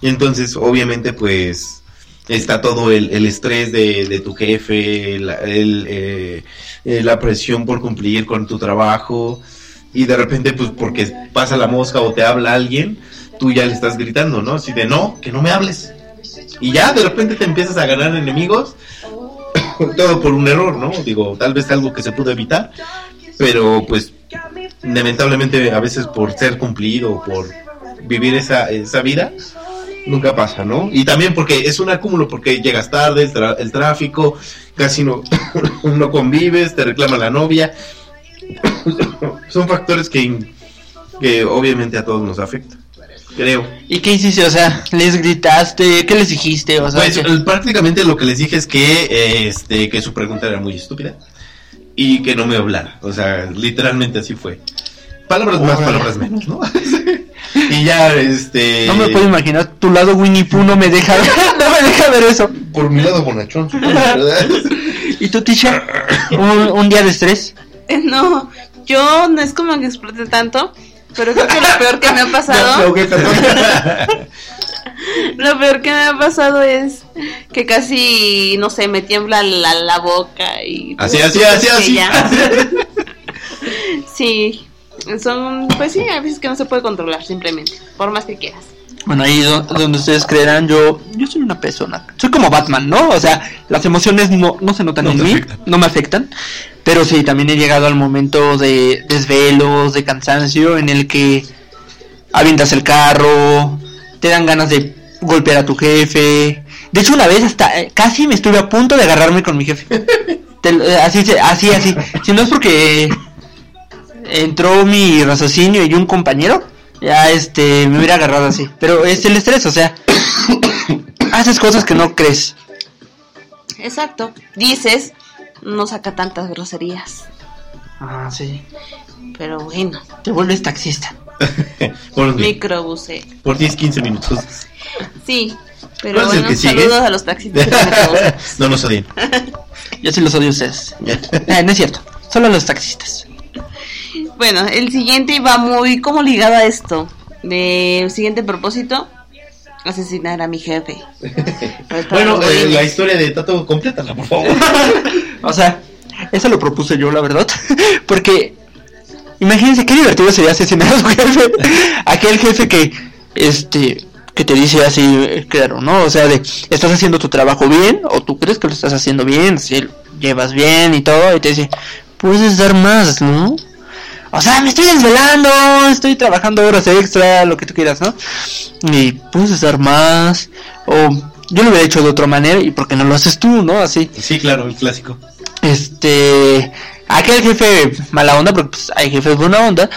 Y entonces, obviamente, pues está todo el, el estrés de, de tu jefe, la, el, eh, eh, la presión por cumplir con tu trabajo. Y de repente, pues porque pasa la mosca o te habla alguien, tú ya le estás gritando, ¿no? Así de no, que no me hables. Y ya de repente te empiezas a ganar enemigos, todo por un error, ¿no? Digo, tal vez algo que se pudo evitar pero pues lamentablemente a veces por ser cumplido, por vivir esa, esa vida, nunca pasa, ¿no? Y también porque es un acúmulo, porque llegas tarde, el, tra- el tráfico, casi no, no convives, te reclama la novia, son factores que, in- que obviamente a todos nos afecta, creo.
¿Y qué hiciste? O sea, ¿les gritaste? ¿Qué les dijiste? O sea,
Pues
que-
eh, prácticamente lo que les dije es que, eh, este, que su pregunta era muy estúpida y que no me hablara. O sea, literalmente así fue. Palabras más,
Órale.
palabras menos, ¿no? y ya, este...
no me puedo imaginar, tu lado Winnie Pooh no me deja, no me deja ver eso.
Por mi lado bonachón, supongo, ¿verdad?
¿Y tú, Tisha? ¿Un, un día de estrés?
Eh, No, yo no es como que explote tanto, pero creo que lo peor que me ha
Me
pasado,
ahogué, perdón.
lo peor que me ha pasado es que casi, no sé, me tiembla la, la boca y... pues,
Así, así, así,
que
así.
ya. pues Sí, son, pues sí, a veces que no se puede controlar simplemente, por más que quieras.
Bueno, ahí do- donde ustedes creerán, yo, yo soy una persona. Soy como Batman, ¿no? O sea, las emociones no, no se notan
No
en
te
mí,
afectan.
no me afectan. Pero sí, también he llegado al momento de desvelos, de cansancio, en el que avientas el carro, te dan ganas de golpear a tu jefe. De hecho, una vez hasta eh, casi me estuve a punto de agarrarme con mi jefe. Te lo- eh, así, se- así, así. Si no es porque entró mi raciocinio y un compañero, ya este, me hubiera agarrado así. Pero es el estrés, o sea, haces cosas que no crees.
Exacto. Dices, no saca tantas groserías.
Ah, sí.
Pero bueno,
Te vuelves taxista.
Por,
microbusé.
por 10, 15 minutos.
eh. Sí, pero
¿Cuál es el
bueno,
que sigue?
saludos a los taxistas de microbús.
no nos odien.
Yo sí los odio a ustedes. Eh, no es cierto, solo a los taxistas.
Bueno, el siguiente va muy como ligado a esto. De, el siguiente propósito, asesinar a mi jefe. Pues, para
bueno,
los
eh, la
godines.
historia de Tato, complétala, por favor.
O sea, eso lo propuse yo, la verdad. Porque, imagínense qué divertido sería asesinar a su jefe. Aquel jefe que, este, que te dice así, eh, claro, ¿no? O sea, de, estás haciendo tu trabajo bien, o tú crees que lo estás haciendo bien, si lo llevas bien y todo, y te dice, puedes dar más, ¿no? O sea, me estoy desvelando, estoy trabajando horas extra, lo que tú quieras, ¿no? Y puedes dar más, o yo lo hubiera hecho de otra manera, y porque no lo haces tú, ¿no? Así.
Sí, claro, el clásico.
Este. Aquel jefe mala onda, porque pues, hay jefes buena onda,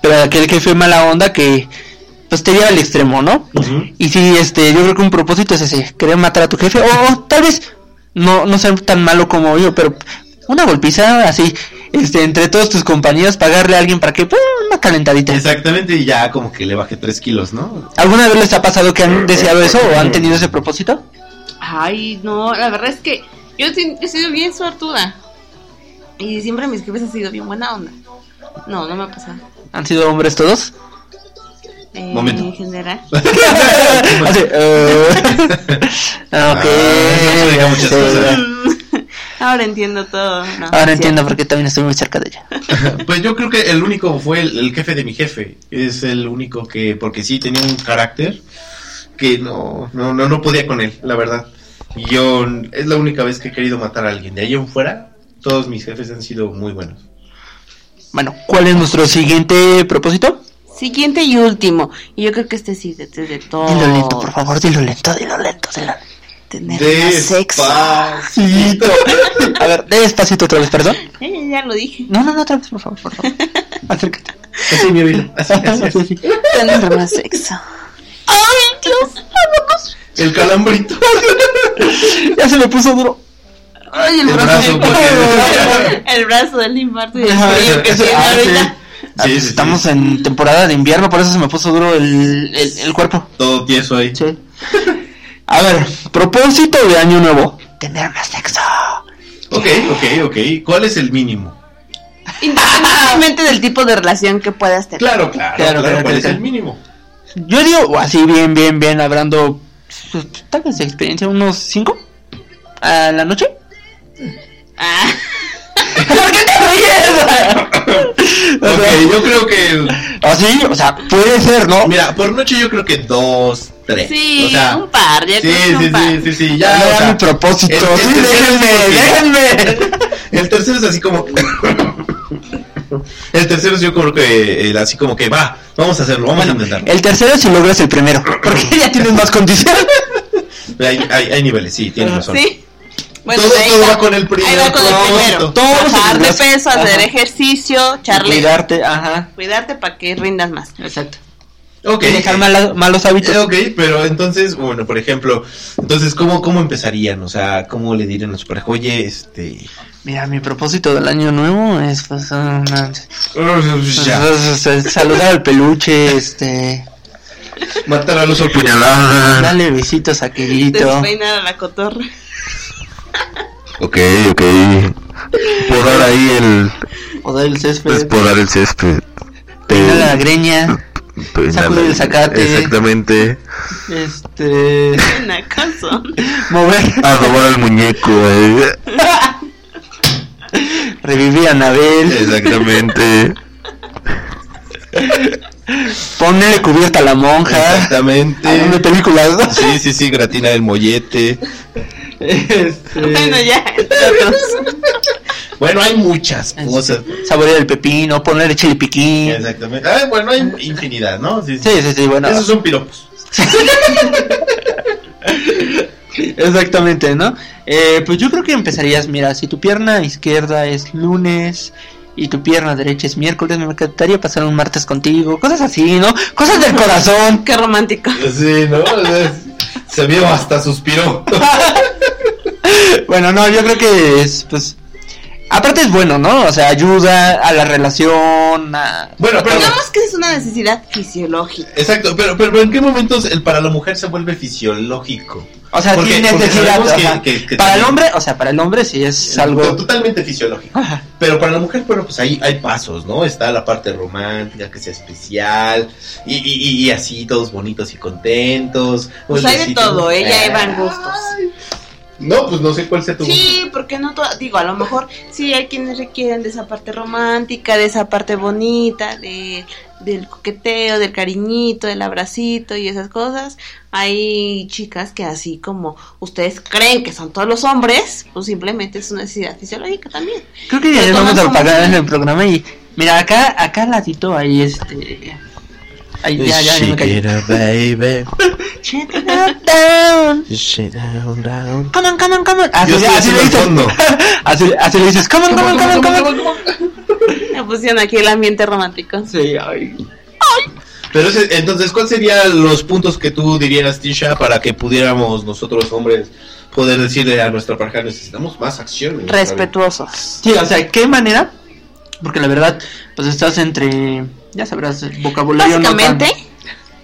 pero aquel jefe mala onda que. Pues te lleva al extremo, ¿no? Y sí, este, yo creo que un propósito es ese, querer matar a tu jefe, o, o tal vez no, no ser tan malo como yo, pero una golpiza así, este, entre todos tus compañeros, pagarle a alguien para que, pum, una calentadita.
Exactamente, y ya como que le bajé 3 kilos, ¿no?
¿Alguna vez les ha pasado que han deseado eso o han tenido ese propósito?
Ay, no, la verdad es que yo sí- he sido bien suertuda. Y siempre mis jefes han sido bien buena onda. No, no me ha pasado.
¿Han sido hombres todos?
Eh,
Momento.
En general.
Pues,
Así, eh, ah, ok,
eso diga muchas
sí.
cosas.
Ahora entiendo todo. No,
Ahora
sí.
Ah, entiendo por qué también estoy muy cerca de ella.
Pues yo creo que el único fue el, el jefe de mi jefe. Es el único que, porque sí tenía un carácter que no, no, no, no podía con él, la verdad. Y Yo es la única vez que he querido matar a alguien. De ahí en fuera, todos mis jefes han sido muy buenos.
Bueno, ¿cuál es nuestro siguiente propósito?
Siguiente y último. Y yo creo que este sí, desde de todo.
Dilo lento, por favor, dilo lento, dilo lento, dilo
Tener más sexo.
lento. A ver, despacito otra vez, perdón.
Eh, ya lo dije.
No, no, no, otra vez, por favor, por favor. Acércate.
Así, mi vida. Así, así, así.
Sí, sí.
Tener más sexo. ¡Ay, Dios!
El calambrito.
Ya se me puso duro.
¡Ay, el,
El
brazo!
brazo, porque-
el brazo del infarto y del
Ajá,
frío que
eso-
tiene
ah, sí.
ahorita.
Ah,
Sí,
pues
sí,
Estamos en temporada de invierno, por eso se me puso duro el, el, el cuerpo.
Todo tieso ahí.
Sí. A ver, propósito de año nuevo. Tener más sexo.
Ok, ok, ok. ¿Cuál es el mínimo?
Independientemente del tipo de relación que puedas tener.
Claro, claro,
Claro,
claro.
claro,
¿Cuál
claro,
es
claro.
el mínimo?
Yo digo, o así bien, bien, bien, hablando pues, tal vez de experiencia, unos 5 a la noche.
Ah,
¿Por qué te ríes? O
Ok,
sea, oh,
yo creo que
Así, o sea, puede ser, ¿no?
Mira, por noche yo creo que dos, tres.
sí,
o sea,
un par, ya
sí,
creo que
sí,
un
sí,
par.
sí, sí, ya.
ya
o
era
sea,
mi propósito.
el- el
sí,
tercero es como
déjenme, déjenme.
que- El tercero es así como. el tercero es yo creo que eh, así como que va, vamos a hacerlo, vamos a intentarlo.
El tercero si logras el primero, porque ya tienes más condición.
Hay, hay, hay niveles, sí,
Ah,
tienes razón.
Sí. Bueno,
Todo-
de ahí
todo va con el primero,
Ahí va con
todo,
el primero.
todo se
Bajar de
relaciona.
peso, hacer
Ajá.
ejercicio, charle.
Cuidarte, ajá.
Cuidarte para que rindas más.
Exacto.
Ok.
Dejar mala- malos hábitos.
Eh, Ok, pero entonces, bueno, por ejemplo, entonces, ¿cómo, cómo empezarían? O sea, ¿cómo le dirían a su pareja? Oye, este...
Mira, mi propósito del año nuevo es pues, una- Ah,
ya,
saludar al peluche, este,
matar al oso puñalada.
darle besitos a aquellito.
Despeinar a la cotorra.
Ok, ok. Podar ahí el.
O dar el
Pues
césped.
podar el césped.
peinar
eh,
la greña.
peinar la-
sacudir el zacate.
Exactamente.
Este.
En acaso.
Mover.
Adobar al muñeco. eh.
Revivir a Anabel.
Exactamente.
Ponle cubierta a la monja. Hazme
Exactamente.
películas, Ah, ¿no?
Sí, sí, sí, gratina del mollete.
Este,
Bueno, ya.
Bueno, hay muchas
Ah,
cosas.
Saborear el pepino, ponerle chile piquín.
Exactamente. Ah, bueno, hay infinidad, ¿no? Sí,
Sí, sí, sí, bueno.
Esos son piropos.
Exactamente, ¿no? Eh, pues yo creo que empezarías, mira, si tu pierna izquierda es lunes y tu pierna derecha es miércoles, me encantaría pasar un martes contigo, cosas así, ¿no? Cosas del corazón.
Qué romántico.
Sí, ¿no? O sea, Se vio hasta suspiró.
Bueno, no, yo creo que es, pues... Aparte es bueno, ¿no? O sea, ayuda a la relación, a...
Bueno, pero
Digamos que es una necesidad fisiológica.
Exacto, pero, pero, pero ¿en qué momentos el para la mujer se vuelve fisiológico?
O sea,
Porque-
tiene
porque
necesidad.
sabemos que-
ajá.
que- que
para el
también-
hombre, o sea, para el hombre sí es algo...
Totalmente fisiológico.
Ajá.
Pero para la mujer, bueno, pues ahí hay pasos, ¿no? Está la parte romántica, que sea especial, y, y- y- y así, todos bonitos y contentos.
Pues hay de
Besitos.
todo, ¿eh? Ya van gustos.
Ay. No, pues no sé cuál sea tu
Sí, porque no to- digo, a lo mejor sí hay quienes requieren de esa parte romántica, de esa parte bonita, de, del coqueteo, del cariñito, del abracito y esas cosas. Hay chicas que así como ustedes creen que son todos los hombres, pues simplemente es una necesidad fisiológica también.
Creo que
Pero
ya vamos
tomas
a
como
pagar en
un-
el programa y... Mira, acá, acá al ladito ahí este... Ahí, ya, ya, ya me callé.
baby.
Shut it
down.
Shit down, down.
Come on, come on, come on. Así,
Yo estoy
así le
haciendo
dices.
el fondo.
así, así le dices. Come on, come on, come on, come on.
up. Me pusieron aquí el ambiente romántico.
Sí, ay.
Pero ese- entonces, ¿cuál serían los puntos que tú dirías, Tisha, para que pudiéramos nosotros, hombres, poder decirle a nuestra pareja, necesitamos más acción? en nuestra vida"?
Respetuosos.
Sí, o sea, ¿qué manera? Porque la verdad, pues estás entre... Ya sabrás, el vocabulario no tan-
Básicamente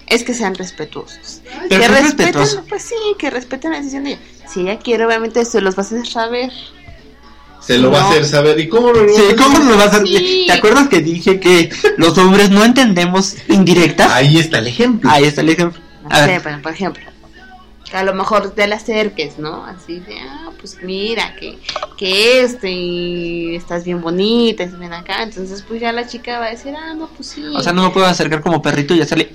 es que sean respetuosos. que
Pero que es
respeten,
respetuoso.
pues sí, que respeten la decisión de ella. Si ella quiere, obviamente se los vas a hacer saber.
Se lo va a
No.
hacer saber. ¿Y cómo lo
Sí, ¿cómo lo vas a hacer?
Sí.
¿Te acuerdas que dije que los hombres no entendemos indirectas?
Ahí está el ejemplo.
Ahí está el ejemplo.
No
A
sé,
ver.
bueno, por ejemplo, que a lo mejor te la acerques, ¿no? Así de, ah, pues mira, que, que este, y estás bien bonita, estás bien acá. Entonces, pues ya la chica va a decir, ah, no, pues sí.
O sea, no me puedo acercar como perrito y hacerle...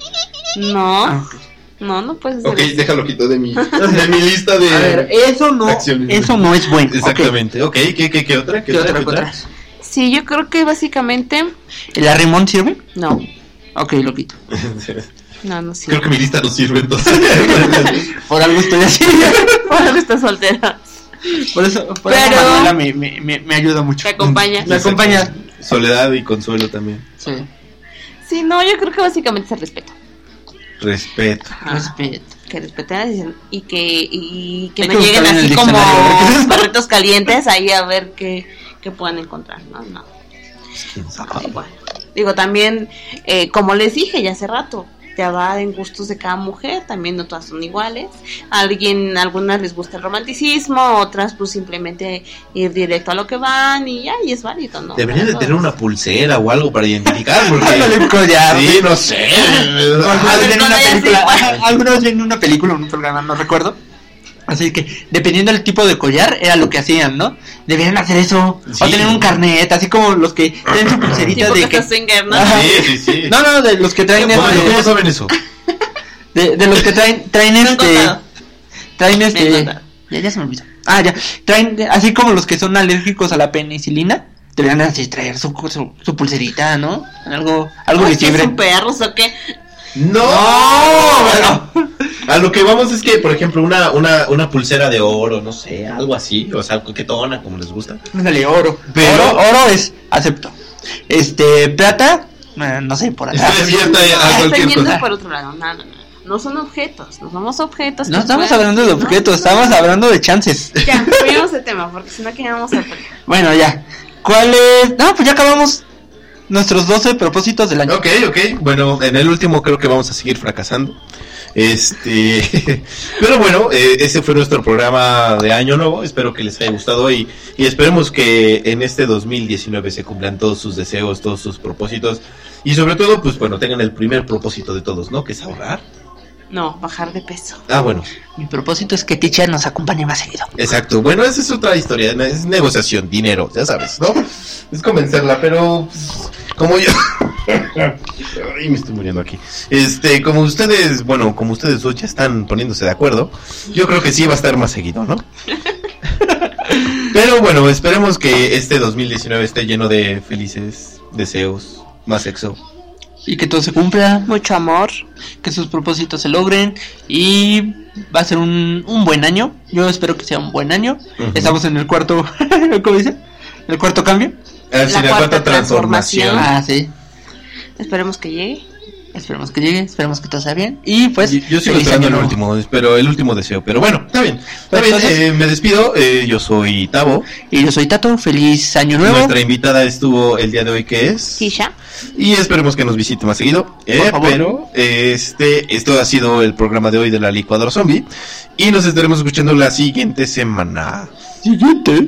no,
Ah, ok.
no, no puedes hacer
Ok,
eso.
déjalo quito de mi, de mi lista de.
A ver, eso no,
Ah. Acciones.
eso no es bueno. Exactamente.
Exactamente. Ok, ¿Qué, qué, qué otra?
¿Qué otra cosa?
Sí, yo creo que básicamente,
¿El arrimón sirve?
no,
Ok, lo quito.
no, no sirve.
Creo que mi lista no sirve entonces.
Por algo estoy así.
Por algo estás soltera.
Por eso, por
Pero-
eso Manuela me, me, me, me ayuda mucho.
Te acompaña.
Me acompaña.
Soledad y consuelo también.
Sí,
Sí, no, yo creo que básicamente se respeta.
Respeto.
respeto.
que respeten la decisión y que, y que
Este, Hay
no
que
lleguen
buscar en
así
el
como
diccionario, a ver qué es.
perritos calientes ahí a ver qué, qué puedan encontrar, ¿no? No,
Pues,
Ah.
pues igual. Digo, también, eh, como les dije ya hace rato, ya va en gustos de cada mujer, también no todas son iguales. Alguien, algunas les gusta el romanticismo, otras pues simplemente ir directo a lo que van y ya, y es válido, ¿no?
Deberían de
Todas.
tener una pulsera o algo para identificar.
Ándale,
Porque...
un collar.
Sí, no sé.
Alguna vez en
no,
una
ya sé
película, alguna vez vi en una película, en un programa, no recuerdo. Así que, dependiendo del tipo de collar, era lo que hacían, ¿no? Deberían hacer eso.
Sí.
O tener un carnet, así como los que tienen su pulserita
Tipo
de
que...
que...
swinger, ¿no?
Ajá.
Sí, sí, sí.
No, no, de los que traen...
Bueno,
este-
Bueno, ¿Cómo saben eso?
De, de los que traen, traen
Me han
este.
contado.
Traen
Me
este.
han contado.
Ya, ya se me olvidó. Ah, ya. Traen, eh, así como los que son alérgicos a la penicilina, deberían así traer su, su, su pulserita, ¿no? Algo, algo
Ay, ¿qué
que quiebre.
son perros o qué?
No.
¡No!
A lo que vamos es que, por ejemplo, una, una, una pulsera de oro, no sé, algo así, o sea, coquetona, como les gusta.
Ándale, oro.
Pero-
Oro, oro es, acepto. Este, plata, eh, no sé, por acá.
Está abierta a
Estoy
cualquier
viendo
cosa.
por otro lado. No, no, no. No son objetos, no somos objetos.
No
que
estamos
puedan-
hablando de
no,
objetos,
no,
estamos hablando de chances.
Ya, cambiamos de tema, porque si no quedamos a
Bueno, ya. ¿Cuál es? No, pues ya acabamos nuestros 12 propósitos del año.
Ok, ok. Bueno, en el último creo que vamos a seguir fracasando. Este, pero bueno, eh, ese fue nuestro programa de Año Nuevo. Espero que les haya gustado y, y esperemos que en este 2019 se cumplan todos sus deseos, todos sus propósitos y sobre todo, pues bueno, tengan el primer propósito de todos, ¿no? Que es ahorrar.
No, bajar de peso.
Ah, bueno,
Mi propósito es que Ticha nos acompañe más seguido.
exacto. Bueno, esa es otra historia. Es negociación, dinero, ya sabes, ¿no? Es convencerla, pero pues, Como yo. Ay, me estoy muriendo aquí. Este, como ustedes, bueno, como ustedes dos ya están poniéndose de acuerdo, yo creo que sí va a estar más seguido, ¿no? Pero bueno, esperemos que este 2019 esté lleno de felices deseos, más sexo.
Y que todo se cumpla,
Mucho amor.
que sus propósitos se logren y va a ser un, un buen año. Yo espero que sea un buen año.
Ujú.
Estamos en el cuarto, ¿cómo dice? El cuarto cambio.
Ah, sí,
La cuarta transformación.
Ah, sí.
Esperemos que llegue.
Esperemos que llegue, esperemos que todo sea bien. Y pues,
yo, yo sigo
feliz
esperando
año
el
nuevo.
último, pero el último deseo. Pero bueno, está bien. Está
Pues
bien,
entonces-
eh, me despido. eh, yo soy Tavo.
Y yo soy Tato, feliz año nuevo.
Nuestra invitada estuvo el día de hoy, que es.
Kisha.
Y esperemos que nos visite más seguido. eh,
Por favor.
Pero este, esto ha sido el programa de hoy de la licuadora zombie. Y nos estaremos escuchando la siguiente semana. Ah,
Siguiente.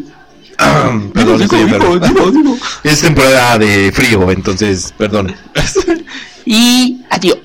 Perdón,
Digo,
estoy
digo,
enfermo.
digo, digo, digo.
Es temporada de frío, entonces, perdón.
Y adiós.